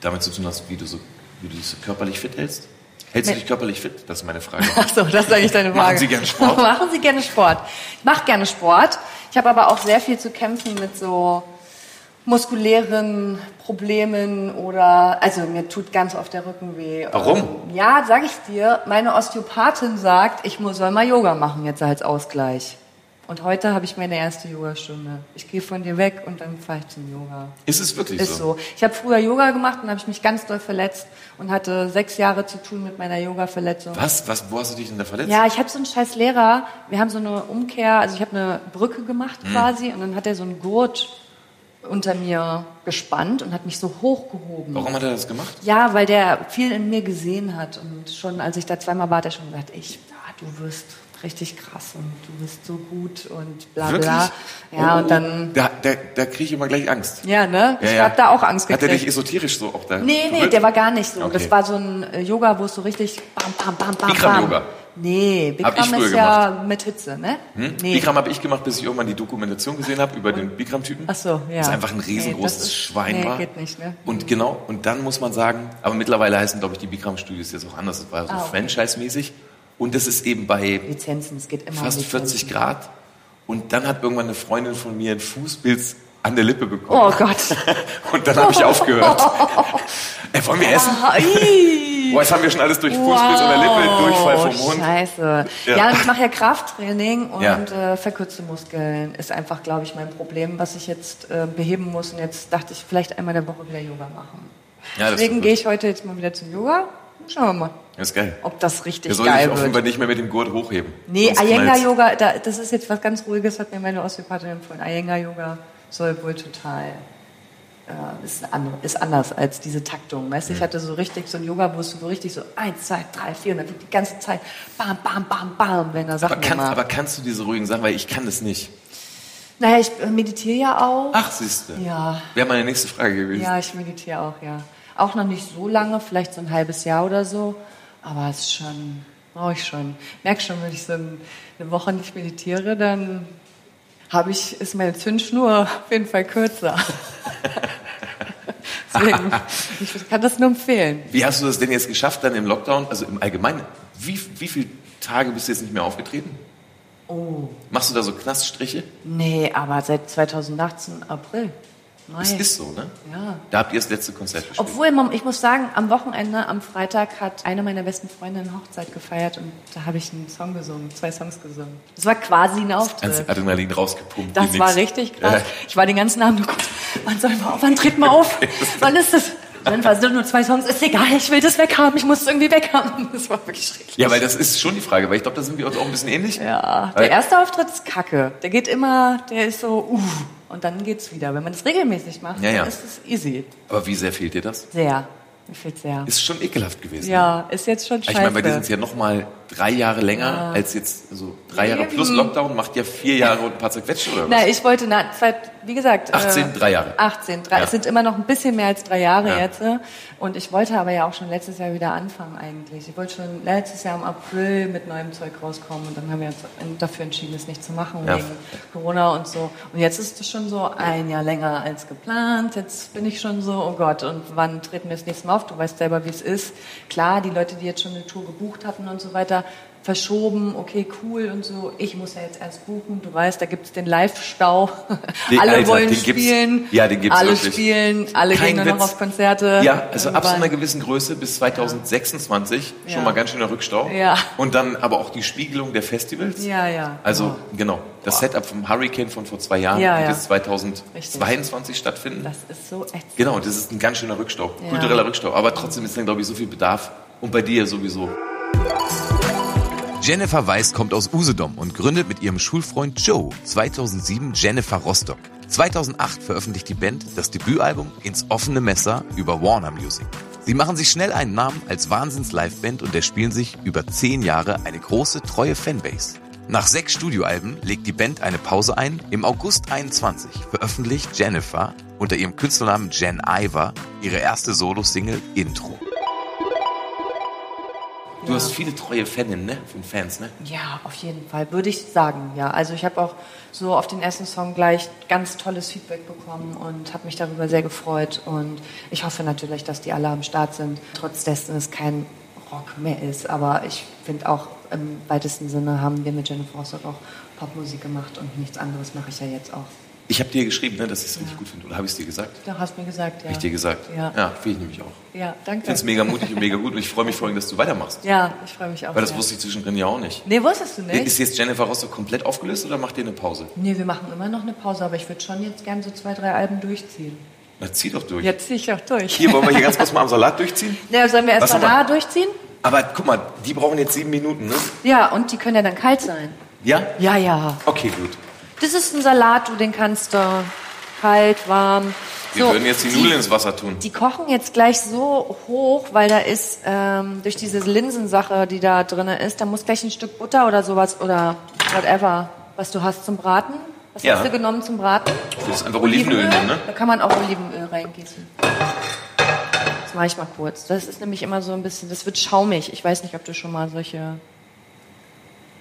Speaker 2: damit zu tun hast, wie du, so, wie du dich so körperlich fit hältst? Hältst du dich körperlich fit? Das ist meine Frage.
Speaker 3: Ach so, das ist eigentlich deine Frage.
Speaker 2: Machen Sie gerne Sport?
Speaker 3: Machen Sie gerne Sport. Ich mache gerne Sport. Ich habe aber auch sehr viel zu kämpfen mit so muskulären Problemen oder also mir tut ganz oft der Rücken weh.
Speaker 2: Warum?
Speaker 3: Ja, sag ich dir, meine Osteopathin sagt, ich muss, soll mal Yoga machen jetzt als Ausgleich. Und heute habe ich meine erste Yogastunde. Ich gehe von dir weg und dann fahre ich zum Yoga.
Speaker 2: Ist es wirklich
Speaker 3: Ist so. Ich habe früher Yoga gemacht und habe ich mich ganz doll verletzt und hatte sechs Jahre zu tun mit meiner Yoga-Verletzung.
Speaker 2: Was? was? Wo hast du dich denn da verletzt?
Speaker 3: Ja, ich habe so einen scheiß Lehrer. Wir haben so eine Umkehr, also ich habe eine Brücke gemacht
Speaker 2: Mhm.
Speaker 3: quasi und dann hat er so einen Gurt unter mir gespannt und hat mich so hochgehoben.
Speaker 2: Warum hat er das gemacht?
Speaker 3: Ja, weil der viel in mir gesehen hat und schon als ich da zweimal war, hat er schon gesagt, ich, ah, du wirst richtig krass und du bist so gut und bla bla. Ja,
Speaker 2: Oh,
Speaker 3: und dann,
Speaker 2: Da, da, da kriege ich immer gleich Angst.
Speaker 3: ja, ne?
Speaker 2: Ja,
Speaker 3: ich
Speaker 2: ja.
Speaker 3: hab da auch Angst
Speaker 2: Hat er
Speaker 3: gekriegt.
Speaker 2: dich esoterisch so auch da?
Speaker 3: Nee, nee,
Speaker 2: verrückt?
Speaker 3: der war gar nicht so.
Speaker 2: Okay.
Speaker 3: Das war so ein äh, Yoga, wo es so richtig bam, bam, bam, bam,
Speaker 2: Bikram-Yoga.
Speaker 3: bam. Nee,
Speaker 2: Hab ich
Speaker 3: Bikram
Speaker 2: früher
Speaker 3: ist ja mit Hitze, ne?
Speaker 2: Hm?
Speaker 3: Nee.
Speaker 2: Bikram habe ich gemacht, bis ich irgendwann die Dokumentation gesehen habe über den Bikram-Typen.
Speaker 3: Ach so, ja.
Speaker 2: Das ist einfach ein riesengroßes
Speaker 3: Nee, das ist-
Speaker 2: Schwein
Speaker 3: nee,
Speaker 2: war.
Speaker 3: geht nicht, ne?
Speaker 2: Und genau, und dann muss man sagen, aber mittlerweile heißen, glaube ich, die Bikram-Studios jetzt auch anders. Das war so
Speaker 3: Ah, okay. Genau,
Speaker 2: franchise-mäßig. Und das ist eben bei
Speaker 3: Lizenzen, es geht immer
Speaker 2: fast
Speaker 3: um Lizenzen.
Speaker 2: 40 Grad. Und dann hat irgendwann eine Freundin von mir einen Fußpilz an der Lippe
Speaker 3: Oh
Speaker 2: bekommen.
Speaker 3: Gott.
Speaker 2: Und dann habe ich aufgehört. Ey, wollen wir essen?
Speaker 3: Ah, ii.
Speaker 2: Boah, jetzt haben wir schon alles durch Fußpilz an der Lippe, Durchfall vom Mund.
Speaker 3: Scheiße.
Speaker 2: Ja.
Speaker 3: Ja, und ich mache ja Krafttraining und
Speaker 2: Ja.
Speaker 3: äh, verkürzte Muskeln ist einfach, glaube ich, mein Problem, was ich jetzt äh, beheben muss. Und jetzt dachte ich, vielleicht einmal in der Woche wieder Yoga machen.
Speaker 2: Ja, das ist
Speaker 3: Deswegen
Speaker 2: gut.
Speaker 3: gehe ich heute jetzt mal wieder zum Yoga. Schauen wir mal,
Speaker 2: Das ist geil.
Speaker 3: ob das richtig
Speaker 2: Der soll
Speaker 3: geil
Speaker 2: sich
Speaker 3: wird.
Speaker 2: offenbar nicht mehr mit dem Gurt hochheben.
Speaker 3: Nee,
Speaker 2: Sonst knallt's.
Speaker 3: Iyengar-Yoga, da, das ist jetzt was ganz Ruhiges, hat mir meine Osteopathin empfohlen. Iyengar-Yoga soll wohl total, äh, ist, an, ist anders als diese Taktung. Weißt? du? Ich hatte so richtig so ein Yoga, wo es so richtig so eins, zwei, drei, vier und dann wird die ganze Zeit bam, bam, bam, bam, wenn er
Speaker 2: Aber,
Speaker 3: Sachen
Speaker 2: kannst, aber
Speaker 3: macht.
Speaker 2: kannst du diese ruhigen Sachen, weil ich kann das nicht.
Speaker 3: Naja, ich äh, meditiere ja auch.
Speaker 2: Ach, siehste.
Speaker 3: Ja.
Speaker 2: Wäre meine nächste Frage gewesen.
Speaker 3: Ja, ich meditiere auch, ja. Auch noch nicht so lange, vielleicht so ein halbes Jahr oder so. Aber es ist schon, brauche ich schon. Merk schon, wenn ich so ein- eine Woche nicht meditiere, dann habe ich, ist meine Zündschnur auf jeden Fall kürzer. Deswegen, ich kann das nur empfehlen.
Speaker 2: Wie hast du das denn jetzt geschafft, dann im Lockdown, also im Allgemeinen, wie, wie viele Tage bist du jetzt nicht mehr aufgetreten?
Speaker 3: Oh,
Speaker 2: Machst du da so Knaststriche?
Speaker 3: nee, aber seit 2018 April. Nein.
Speaker 2: Das ist so, ne?
Speaker 3: Ja.
Speaker 2: Da habt ihr das letzte Konzert gespielt.
Speaker 3: Obwohl, man- ich muss sagen, am Wochenende, am Freitag hat eine meiner besten Freundinnen Hochzeit gefeiert und da habe ich einen Song gesungen, zwei Songs gesungen. Das war quasi ein
Speaker 2: Ganz
Speaker 3: Auftritt.
Speaker 2: Adrenalin rausgepumpt. Äh, wie
Speaker 3: äh, Das
Speaker 2: nix.
Speaker 3: war richtig krass.
Speaker 2: Ja.
Speaker 3: Ich war den ganzen Abend nur kurz, wann soll man auf, wann tritt man auf? Wann ist das? Jennifer, es sind nur zwei Songs, ist egal, ich will das weghaben, ich muss es irgendwie weghaben. Das war wirklich schrecklich.
Speaker 2: Ja, weil das ist schon die Frage, weil ich glaube, da sind wir uns auch ein bisschen ähnlich.
Speaker 3: Ja,
Speaker 2: Weil-
Speaker 3: der erste Auftritt ist kacke. Der geht immer, der ist so, uh, und dann geht's wieder. Wenn man das regelmäßig macht,
Speaker 2: Ja, ja.
Speaker 3: dann ist es easy.
Speaker 2: Aber wie sehr fehlt dir das?
Speaker 3: Sehr. Mir fehlt sehr.
Speaker 2: Ist schon ekelhaft gewesen.
Speaker 3: ja, ist jetzt schon
Speaker 2: Ich
Speaker 3: scheiße.
Speaker 2: meine, bei dir sind es ja nochmal drei Jahre länger als jetzt, so drei Jahre plus Lockdown macht ja vier Jahre und ein paar zerquetschte oder was?
Speaker 3: Na, ich wollte na, seit, wie gesagt,
Speaker 2: 18, drei Jahre.
Speaker 3: 18, drei,
Speaker 2: Ja.
Speaker 3: es sind immer noch ein bisschen mehr als drei Jahre
Speaker 2: Ja.
Speaker 3: jetzt. äh. Und ich wollte aber ja auch schon letztes Jahr wieder anfangen eigentlich. Ich wollte schon letztes Jahr im April mit neuem Zeug rauskommen und dann haben wir uns dafür entschieden, es nicht zu machen
Speaker 2: Ja.
Speaker 3: wegen Corona und so. Und jetzt ist es schon so ein Jahr länger als geplant. Jetzt bin ich schon so, oh Gott, und wann treten wir das nächste Mal auf? Du weißt selber, wie es ist. Klar, die Leute, die jetzt schon eine Tour gebucht hatten und so weiter, verschoben, okay, cool und so. Ich muss ja jetzt erst buchen. Du weißt, da gibt es den Live-Stau.
Speaker 2: Den-
Speaker 3: alle
Speaker 2: Alter,
Speaker 3: wollen
Speaker 2: den gibt's-
Speaker 3: spielen.
Speaker 2: ja, den gibt's
Speaker 3: Alle
Speaker 2: wirklich.
Speaker 3: spielen, alle
Speaker 2: Kein
Speaker 3: gehen nur
Speaker 2: Witz.
Speaker 3: noch auf Konzerte.
Speaker 2: Ja, also ab so einer
Speaker 3: Irgendwann.
Speaker 2: gewissen Größe bis 2026 schon
Speaker 3: Ja.
Speaker 2: mal ganz schöner Rückstau.
Speaker 3: Ja.
Speaker 2: Und dann aber auch die Spiegelung der Festivals.
Speaker 3: Ja, ja.
Speaker 2: Also genau, das Setup vom Hurricane von vor zwei Jahren
Speaker 3: Ja,
Speaker 2: wird
Speaker 3: ja.
Speaker 2: jetzt 2022 stattfinden.
Speaker 3: Das ist so echt.
Speaker 2: genau, und das ist ein ganz schöner Rückstau,
Speaker 3: Ja.
Speaker 2: kultureller Rückstau. Aber trotzdem ist dann, glaube ich, so viel Bedarf. Und bei dir sowieso. Jennifer Weiß kommt aus Usedom und gründet mit ihrem Schulfreund Joe 2007 Jennifer Rostock. 2008 veröffentlicht die Band das Debütalbum Ins offene Messer über Warner Music. Sie machen sich schnell einen Namen als Wahnsinns-Liveband und erspielen sich über zehn Jahre eine große, treue Fanbase. Nach sechs Studioalben legt die Band eine Pause ein. Im August 21 veröffentlicht Jennifer unter ihrem Künstlernamen Jen Iver ihre erste Solo-Single Intro.
Speaker 4: Du hast viele treue Faninnen, ne? Von Fans, ne?
Speaker 3: Ja, auf jeden Fall, würde ich sagen, ja. Also ich habe auch so auf den ersten Song gleich ganz tolles Feedback bekommen und habe mich darüber sehr gefreut. Und ich hoffe natürlich, dass die alle am Start sind, trotz dessen es kein Rock mehr ist. Aber ich finde auch, im weitesten Sinne haben wir mit Jennifer Rostock auch Popmusik gemacht und nichts anderes mache ich ja jetzt auch.
Speaker 4: Ich habe dir geschrieben, ne, dass ich es richtig gut finde. Oder habe ich es dir gesagt? Habe
Speaker 3: Du hast mir gesagt, ja.
Speaker 4: ich dir gesagt?
Speaker 3: Ja, ja.
Speaker 4: ja finde ich nämlich auch. Ich
Speaker 3: danke.
Speaker 4: finde es mega mutig und mega gut und ich freue mich vor allem, dass du weitermachst.
Speaker 3: Ja, ich freue mich auch.
Speaker 4: Weil das
Speaker 3: sehr.
Speaker 4: wusste ich zwischendrin ja auch nicht.
Speaker 3: Nee, wusstest du nicht?
Speaker 4: Ist jetzt Jennifer Rostock komplett aufgelöst oder macht ihr eine Pause?
Speaker 3: Nee, wir machen immer noch eine Pause, aber ich würde schon jetzt gern so zwei, drei Alben durchziehen.
Speaker 4: Na, zieh doch durch.
Speaker 3: Jetzt ziehe ich auch durch.
Speaker 4: Hier wollen wir hier ganz kurz mal am Salat durchziehen.
Speaker 3: Na, sollen wir
Speaker 4: Was
Speaker 3: erstmal da
Speaker 4: haben
Speaker 3: durchziehen?
Speaker 4: Aber guck mal, die brauchen jetzt sieben Minuten, ne?
Speaker 3: Ja, und die können ja dann kalt sein.
Speaker 4: Ja?
Speaker 3: Ja, ja.
Speaker 4: Okay, gut.
Speaker 3: Das ist ein Salat, du den kannst du kalt, warm.
Speaker 4: Wir würden jetzt die Nudeln ins Wasser tun.
Speaker 3: Die kochen jetzt gleich so hoch, weil da ist ähm, durch diese Linsensache, die da drin ist, da muss gleich ein Stück Butter oder sowas oder whatever, was du hast zum Braten. Was
Speaker 4: Ja.
Speaker 3: hast du genommen zum Braten?
Speaker 4: Du würdest einfach Olivenöl nehmen, ne?
Speaker 3: Da kann man auch Olivenöl reingießen. Das mache ich mal kurz. Das ist nämlich immer so ein bisschen, das wird schaumig. Ich weiß nicht, ob du schon mal solche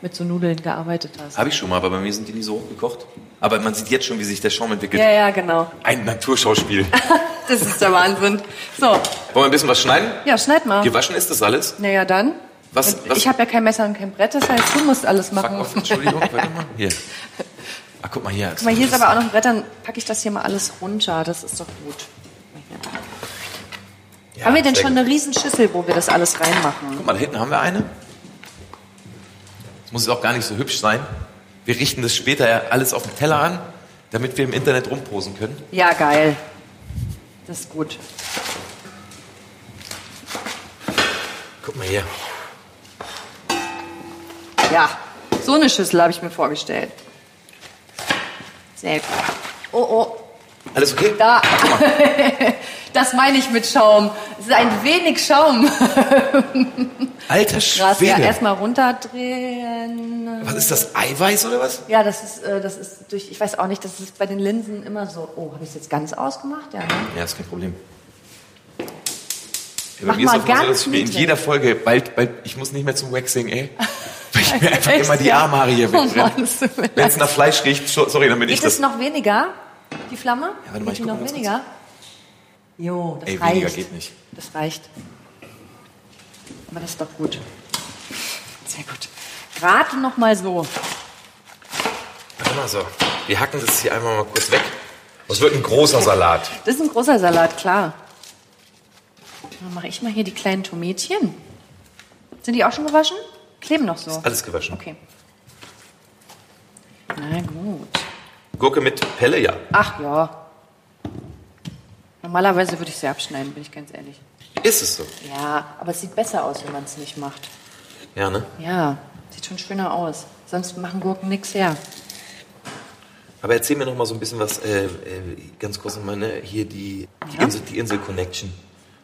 Speaker 3: mit so Nudeln gearbeitet hast.
Speaker 4: Habe ich schon mal, aber bei mir sind die nie so hochgekocht. Aber man sieht jetzt schon, wie sich der Schaum entwickelt.
Speaker 3: Ja, ja, genau.
Speaker 4: Ein Naturschauspiel.
Speaker 3: Das ist der Wahnsinn. So,
Speaker 4: Wollen wir ein bisschen was schneiden?
Speaker 3: ja, schneid mal.
Speaker 4: Gewaschen ist das alles?
Speaker 3: Naja, dann.
Speaker 4: Was-
Speaker 3: Und
Speaker 4: was-
Speaker 3: ich habe ja kein Messer und kein Brett, das heißt, du musst alles
Speaker 4: Fuck
Speaker 3: machen.
Speaker 4: off, Entschuldigung, warte mal. Hier. Ah, guck mal hier.
Speaker 3: Guck mal, hier ist aber auch noch ein Brett, dann packe ich das hier mal alles runter. Das ist doch gut.
Speaker 4: Ja,
Speaker 3: Haben wir denn
Speaker 4: sehr
Speaker 3: schon
Speaker 4: gut.
Speaker 3: eine Riesenschüssel, wo wir das alles reinmachen?
Speaker 4: Guck mal, da hinten haben wir eine. Das muss jetzt auch gar nicht so hübsch sein. Wir richten das später ja alles auf den Teller an, damit wir im Internet rumposen können.
Speaker 3: Ja, geil. Das ist gut.
Speaker 4: Guck mal hier.
Speaker 3: Ja, so eine Schüssel habe ich mir vorgestellt. Sehr gut. Oh, oh,
Speaker 4: Alles okay?
Speaker 3: da. Das meine ich mit Schaum. Es ist ein wenig Schaum.
Speaker 4: Alter
Speaker 3: Krass, ja,
Speaker 4: Schwede.
Speaker 3: erstmal runterdrehen.
Speaker 4: was ist das, Eiweiß oder was?
Speaker 3: Ja, das ist, äh, das ist durch, ich weiß auch nicht, das ist bei den Linsen immer so. Oh, habe ich es jetzt ganz ausgemacht? Ja, ne?
Speaker 4: Ja, ist kein Problem. Ja,
Speaker 3: Mach mal ganz
Speaker 4: dass ich mir in
Speaker 3: niedlich.
Speaker 4: jeder Folge bald, bald, ich muss nicht mehr zum Waxing, ey. Weil ich mir einfach
Speaker 3: Echt,
Speaker 4: immer die
Speaker 3: ja?
Speaker 4: Armhaare hier
Speaker 3: Oh
Speaker 4: wegbrenne.
Speaker 3: Mann, es tut mir
Speaker 4: Wenn es nach Fleisch riecht, so- sorry, dann bin ich
Speaker 3: Geht es
Speaker 4: das.
Speaker 3: noch weniger, die Flamme?
Speaker 4: Ja, warte mal, ich
Speaker 3: geht die
Speaker 4: guck
Speaker 3: noch
Speaker 4: mal ganz
Speaker 3: weniger? Jo, das
Speaker 4: Ey,
Speaker 3: reicht.
Speaker 4: weniger geht nicht.
Speaker 3: Das reicht. Aber das ist doch gut. Sehr gut. Rate noch mal so.
Speaker 4: Warte mal so. Wir hacken das hier einmal mal kurz weg. Das wird ein großer Salat.
Speaker 3: Das ist ein großer Salat, klar. Dann mache ich mal hier die kleinen Tomätchen. Sind die auch schon gewaschen? Kleben noch so.
Speaker 4: Alles gewaschen.
Speaker 3: Okay. Na gut.
Speaker 4: Gurke mit Pelle, ja.
Speaker 3: Ach ja. Normalerweise würde ich sie abschneiden, bin ich ganz ehrlich.
Speaker 4: Ist es so.
Speaker 3: Ja, aber es sieht besser aus, wenn man es nicht macht.
Speaker 4: Ja, ne?
Speaker 3: Ja, sieht schon schöner aus. Sonst machen Gurken nichts her.
Speaker 4: Aber erzähl mir noch mal so ein bisschen was, äh, äh, ganz kurz nochmal, ne? Hier die, die,
Speaker 3: Ja.
Speaker 4: Insel, die Insel Connection.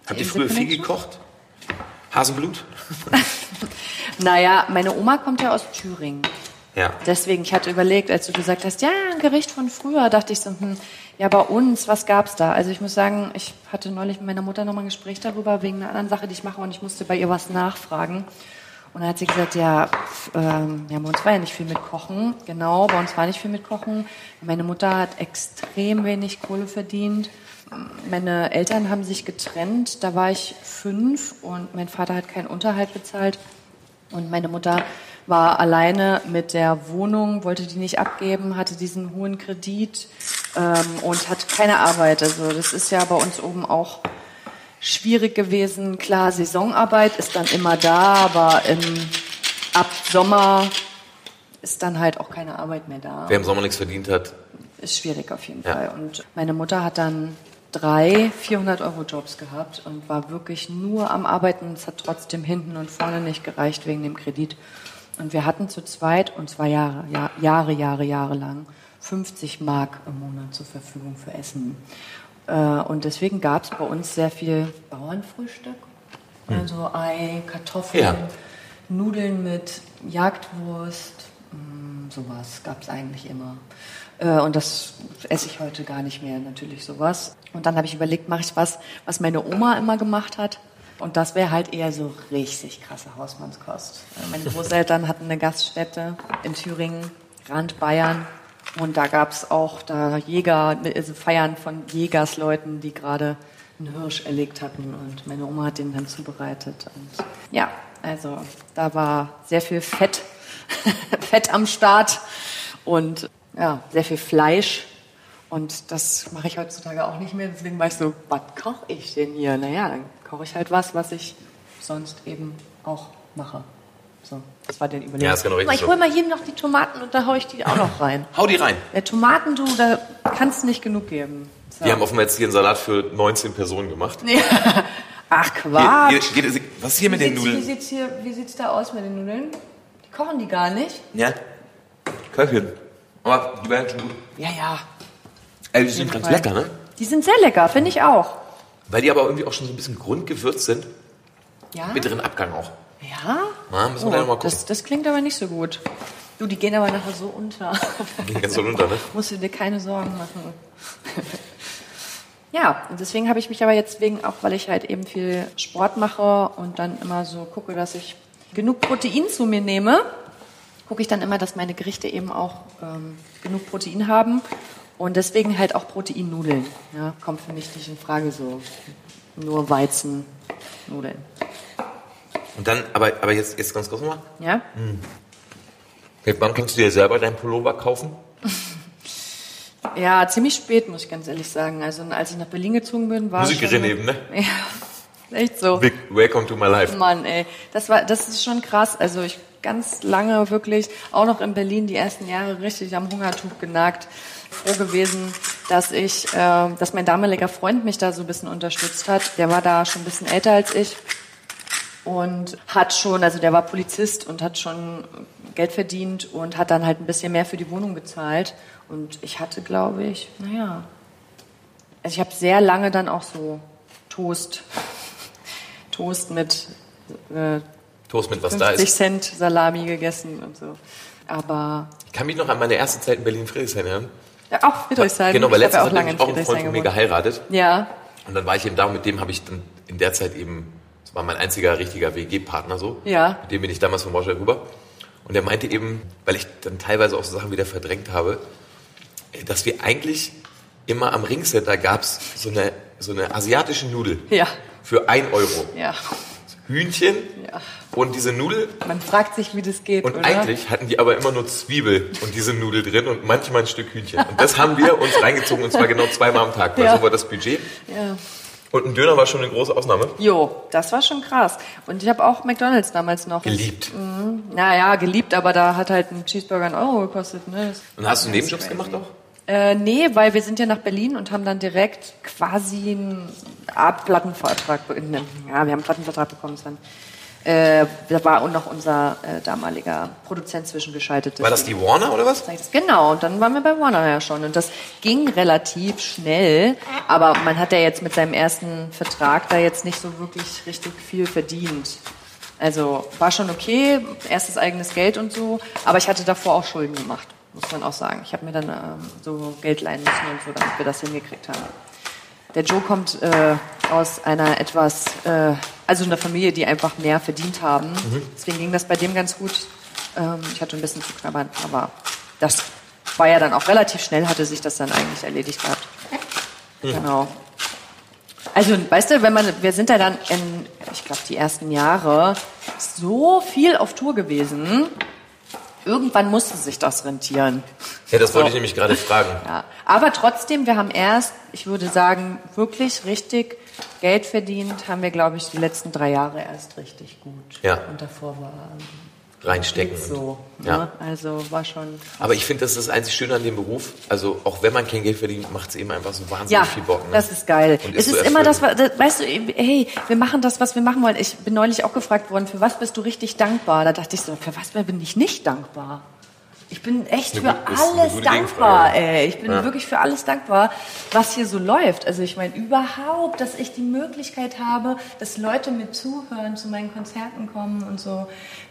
Speaker 4: Habt ihr
Speaker 3: Insel
Speaker 4: früher viel
Speaker 3: Connection?
Speaker 4: gekocht? Hasenblut?
Speaker 3: Naja, meine Oma kommt ja aus Thüringen.
Speaker 4: Ja.
Speaker 3: Deswegen, ich hatte überlegt, als du gesagt hast, ja, ein Gericht von früher, dachte ich so, hm, ja, bei uns, was gab's da? Also ich muss sagen, ich hatte neulich mit meiner Mutter nochmal ein Gespräch darüber, wegen einer anderen Sache, die ich mache, und ich musste bei ihr was nachfragen. Und dann hat sie gesagt, ja, pf, ähm, ja, bei uns war ja nicht viel mit Kochen. Genau, bei uns war nicht viel mit Kochen. Meine Mutter hat extrem wenig Kohle verdient. Meine Eltern haben sich getrennt, da war ich fünf und mein Vater hat keinen Unterhalt bezahlt. Und meine Mutter war alleine mit der Wohnung, wollte die nicht abgeben, hatte diesen hohen Kredit ähm, und hat keine Arbeit. Also das ist ja bei uns oben auch schwierig gewesen. Klar, Saisonarbeit ist dann immer da, aber im, ab Sommer ist dann halt auch keine Arbeit mehr da
Speaker 4: Wer im Sommer nichts verdient hat,
Speaker 3: ist schwierig auf jeden
Speaker 4: Ja.
Speaker 3: Fall. Und meine Mutter hat dann drei 400-Euro-Jobs gehabt und war wirklich nur am Arbeiten. Es hat trotzdem hinten und vorne nicht gereicht wegen dem Kredit. Und wir hatten zu zweit, und zwar Jahre, ja, Jahre, Jahre, Jahre lang, 50 Mark im Monat zur Verfügung für Essen. Äh, und deswegen gab es bei uns sehr viel Bauernfrühstück. Also Ei, Kartoffeln,
Speaker 2: Ja.
Speaker 3: Nudeln mit Jagdwurst, mh, sowas gab es eigentlich immer. Äh, Und das esse ich heute gar nicht mehr, natürlich sowas. Und dann habe ich überlegt, mache ich was, was meine Oma immer gemacht hat. Und das wäre halt eher so richtig krasse Hausmannskost. Äh, Meine Großeltern hatten eine Gaststätte in Thüringen, Rand Bayern. Und da gab es auch da Jäger, also Feiern von Jägersleuten, die gerade einen Hirsch erlegt hatten. Und meine Oma hat den dann zubereitet. Und ja, also da war sehr viel Fett, Fett am Start und ja, sehr viel Fleisch. Und das mache ich heutzutage auch nicht mehr. Deswegen war ich so, was koche ich denn hier? Naja, dann koche ich halt was, was ich sonst eben auch mache. So, das war der Überlegung.
Speaker 2: Ja, ist genau richtig
Speaker 3: ich
Speaker 2: so.
Speaker 3: hole mal hier noch die Tomaten und da haue ich die auch noch rein.
Speaker 2: Hau die rein.
Speaker 3: Der Tomaten, du, da kannst du nicht genug geben. So.
Speaker 2: Wir haben offenbar jetzt hier einen Salat für 19 Personen gemacht.
Speaker 3: Nee. Ach, Quatsch.
Speaker 2: Hier, hier, hier, was ist hier mit
Speaker 3: wie
Speaker 2: den
Speaker 3: sieht's, Wie
Speaker 2: Nudeln?
Speaker 3: sieht's hier, wie sieht's da aus mit den Nudeln? Die kochen die gar nicht?
Speaker 2: Ja. Köchin. Aber die werden schon gut.
Speaker 3: Ja, ja.
Speaker 2: Ey, die sind ganz lecker, ne?
Speaker 3: Die sind sehr lecker, finde ich auch.
Speaker 2: Weil die aber irgendwie auch schon so ein bisschen grundgewürzt sind.
Speaker 3: Ja?
Speaker 2: Bitteren Abgang auch.
Speaker 3: Ja? Oh,
Speaker 2: Na, müssen wir gleich noch mal gucken.
Speaker 3: das, das klingt aber nicht so gut. Du, die gehen aber nachher so unter.
Speaker 2: Geht ganz so runter, ne?
Speaker 3: Musst du dir keine Sorgen machen. ja, und deswegen habe ich mich aber jetzt wegen, auch weil ich halt eben viel Sport mache und dann immer so gucke, dass ich genug Protein zu mir nehme, gucke ich dann immer, dass meine Gerichte eben auch ähm, genug Protein haben und deswegen halt auch Proteinnudeln. Ja, kommt für mich nicht in Frage so. Nur Weizennudeln.
Speaker 2: Und dann, aber, aber jetzt, jetzt ganz kurz mal.
Speaker 3: Ja?
Speaker 2: Mhm. Hey, wann kannst du dir selber deinen Pullover kaufen?
Speaker 3: Ja, ziemlich spät, muss ich ganz ehrlich sagen. Also als ich nach Berlin gezogen bin, war
Speaker 2: Musikerin
Speaker 3: schon-
Speaker 2: eben, ne?
Speaker 3: Ja, echt so.
Speaker 2: Big, welcome to my life.
Speaker 3: Mann, ey, das war, das ist schon krass. Also ich ganz lange wirklich, auch noch in Berlin die ersten Jahre richtig am Hungertuch genagt, froh gewesen, dass ich, äh, dass mein damaliger Freund mich da so ein bisschen unterstützt hat. Der war da schon ein bisschen älter als ich und hat schon, also der war Polizist und hat schon Geld verdient und hat dann halt ein bisschen mehr für die Wohnung bezahlt. Und ich hatte, glaube ich, naja, also ich habe sehr lange dann auch so Toast, Toast mit äh,
Speaker 2: Toast mit was da
Speaker 3: 50
Speaker 2: ist.
Speaker 3: Cent Salami gegessen und so. Aber
Speaker 2: Ich kann mich noch an meine erste Zeit in Berlin-Friedrichshain erinnern.
Speaker 3: ja, auch Friedrichshain.
Speaker 2: Genau, weil
Speaker 3: ich hab
Speaker 2: letztes Jahr
Speaker 3: ja
Speaker 2: hat nämlich auch ein Freund von mir
Speaker 3: gewohnt.
Speaker 2: geheiratet.
Speaker 3: Ja,
Speaker 2: Und dann war ich eben da und mit dem habe ich dann in der Zeit eben, das war mein einziger richtiger WG-Partner so.
Speaker 3: Ja.
Speaker 2: Mit dem bin ich damals von Warschau rüber. Und er meinte eben, weil ich dann teilweise auch so Sachen wieder verdrängt habe, äh, dass wir eigentlich immer am Ringset, da gab's so eine, so eine asiatische Nudel.
Speaker 3: Ja.
Speaker 2: Für ein Euro.
Speaker 3: ja.
Speaker 2: Hühnchen
Speaker 3: Ja.
Speaker 2: und diese Nudel.
Speaker 3: Man fragt sich, wie das geht,
Speaker 2: Und
Speaker 3: oder?
Speaker 2: eigentlich hatten die aber immer nur Zwiebel und diese Nudel drin und manchmal ein Stück Hühnchen. Und das haben wir uns reingezogen und zwar genau zweimal am Tag, weil
Speaker 3: Ja.
Speaker 2: so war das Budget.
Speaker 3: Ja.
Speaker 2: Und ein Döner war schon eine große Ausnahme.
Speaker 3: Jo, das war schon krass. Und ich habe auch McDonalds damals noch.
Speaker 2: Geliebt.
Speaker 3: Naja, geliebt, aber da hat halt ein Cheeseburger einen Euro gekostet. Ne? Das-
Speaker 2: Und hast du
Speaker 3: das ist
Speaker 2: Nebenjobs
Speaker 3: crazy.
Speaker 2: gemacht auch?
Speaker 3: Äh, nee, weil wir sind ja nach Berlin und haben dann direkt quasi einen Art Plattenvertrag, be- ne, ja, wir haben einen Plattenvertrag bekommen. Dann, äh, da war auch noch unser äh, damaliger Produzent zwischengeschaltet.
Speaker 2: War das die Warner oder was?
Speaker 3: Zeigt es. Genau, und dann waren wir bei Warner ja schon. Und das ging relativ schnell. Aber man hat ja jetzt mit seinem ersten Vertrag da jetzt nicht so wirklich richtig viel verdient. Also war schon okay, erstes eigenes Geld und so. Aber ich hatte davor auch Schulden gemacht, muss man auch sagen. Ich habe mir dann ähm, so Geld leihen müssen und so, damit wir das hingekriegt haben. Der Joe kommt äh, aus einer etwas, äh, also einer Familie, die einfach mehr verdient haben. Deswegen ging das bei dem ganz gut. Ähm, ich hatte ein bisschen zu knabbern, aber das war ja dann auch relativ schnell, hatte sich das dann eigentlich erledigt gehabt. Genau. Also, weißt du, wenn man, wir sind ja dann in, ich glaube, die ersten Jahre so viel auf Tour gewesen. Irgendwann musste sich das rentieren.
Speaker 2: Ja, das wollte
Speaker 3: So.
Speaker 2: ich nämlich gerade fragen.
Speaker 3: Ja, aber trotzdem, wir haben erst, ich würde sagen, wirklich richtig Geld verdient, haben wir, glaube ich, die letzten drei Jahre erst richtig gut.
Speaker 2: Ja.
Speaker 3: Und davor war ähm,
Speaker 2: reinstecken.
Speaker 3: geht's
Speaker 2: und-
Speaker 3: so.
Speaker 2: Ja.
Speaker 3: Ne? Also war schon.
Speaker 2: Aber ich finde, das ist das einzig Schöne an dem Beruf. Also auch wenn man kein Geld verdient, macht es eben einfach so wahnsinnig
Speaker 3: Ja,
Speaker 2: viel Bock. Ne?
Speaker 3: das ist geil.
Speaker 2: Und
Speaker 3: es
Speaker 2: so
Speaker 3: ist immer das,
Speaker 2: erfüllend.
Speaker 3: was, das- weißt du, hey, wir machen das, was wir machen wollen. Ich bin neulich auch gefragt worden, für was bist du richtig dankbar? Da dachte ich so, für was bin ich nicht dankbar? Ich bin echt
Speaker 2: Eine
Speaker 3: für
Speaker 2: gut- ist eine
Speaker 3: alles
Speaker 2: gute
Speaker 3: dankbar,
Speaker 2: Gegenfrage.
Speaker 3: ey. Ich bin
Speaker 2: Ja.
Speaker 3: wirklich für alles dankbar, was hier so läuft. Also ich meine, überhaupt, dass ich die Möglichkeit habe, dass Leute mir zuhören, zu meinen Konzerten kommen und so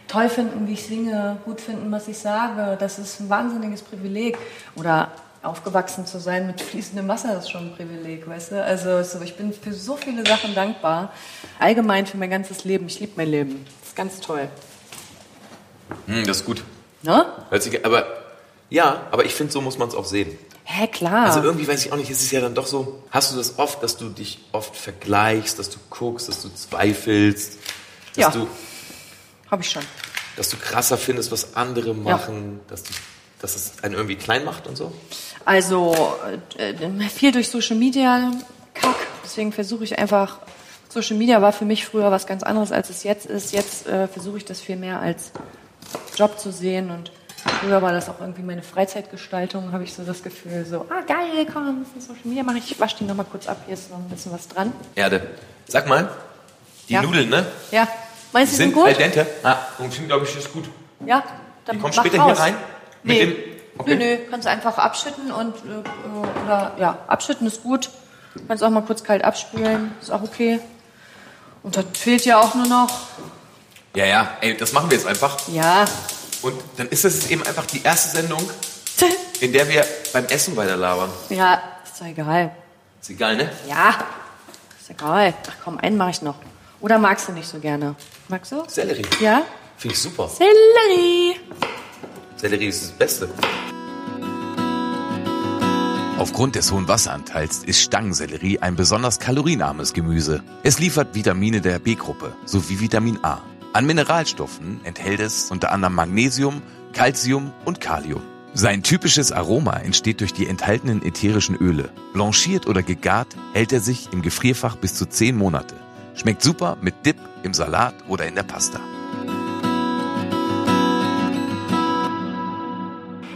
Speaker 3: toll finden, wie ich singe, gut finden, was ich sage. Das ist ein wahnsinniges Privileg. Oder aufgewachsen zu sein mit fließendem Wasser ist schon ein Privileg, weißt du? Also so, ich bin für so viele Sachen dankbar. Allgemein für mein ganzes Leben. Ich liebe mein Leben. Das ist ganz toll.
Speaker 2: Hm, das ist gut.
Speaker 3: Ne?
Speaker 2: Hört sich, ge- aber ja, aber ich finde, so muss man es auch sehen.
Speaker 3: Hä, klar.
Speaker 2: Also irgendwie weiß ich auch nicht, es ist ja dann doch so, hast du das oft, dass du dich oft vergleichst, dass du guckst, dass du zweifelst, dass,
Speaker 3: Ja.
Speaker 2: du,
Speaker 3: Hab ich schon.
Speaker 2: dass du krasser findest, was andere machen, dass, du, dass es einen irgendwie klein macht und so?
Speaker 3: Also äh, viel durch Social Media Kack. Deswegen versuche ich einfach. Social Media war für mich früher was ganz anderes, als es jetzt ist. Jetzt äh, versuche ich das viel mehr als Job zu sehen und früher war das auch irgendwie meine Freizeitgestaltung, habe ich so das Gefühl, so, ah geil, komm, ein bisschen Social Media mache ich, ich wasche die nochmal kurz ab, hier ist noch ein bisschen was dran.
Speaker 2: Erde. Sag mal, die
Speaker 3: Ja.
Speaker 2: Nudeln, ne?
Speaker 3: Ja, meinst du, die sind gut?
Speaker 2: al dente. Ah, und finde, glaube ich, ist gut.
Speaker 3: Ja, dann
Speaker 2: Die kommt
Speaker 3: mach
Speaker 2: später hier
Speaker 3: raus.
Speaker 2: rein? Mit
Speaker 3: Nee.
Speaker 2: dem- Okay.
Speaker 3: Nö, nö, kannst du einfach abschütten und äh, äh, oder ja, abschütten ist gut. Kannst auch mal kurz kalt abspülen, ist auch okay. Und dann fehlt ja auch nur noch.
Speaker 2: Ja, ja, ey, das machen wir jetzt einfach.
Speaker 3: Ja.
Speaker 2: Und dann ist das jetzt eben einfach die erste Sendung, in der wir beim Essen weiter labern.
Speaker 3: ja, ist doch egal.
Speaker 2: Ist egal, ne?
Speaker 3: Ja. Ist egal. Ach komm, einen mache ich noch. Oder magst du nicht so gerne? Magst du?
Speaker 2: Sellerie.
Speaker 3: Ja?
Speaker 2: Finde ich super.
Speaker 3: Sellerie.
Speaker 2: Sellerie ist das Beste.
Speaker 5: Aufgrund des hohen Wasseranteils ist Stangensellerie ein besonders kalorienarmes Gemüse. Es liefert Vitamine der B-Gruppe sowie Vitamin A. An Mineralstoffen enthält es unter anderem Magnesium, Calcium und Kalium. Sein typisches Aroma entsteht durch die enthaltenen ätherischen Öle. Blanchiert oder gegart hält er sich im Gefrierfach bis zu 10 Monate. Schmeckt super mit Dip, im Salat oder in der Pasta.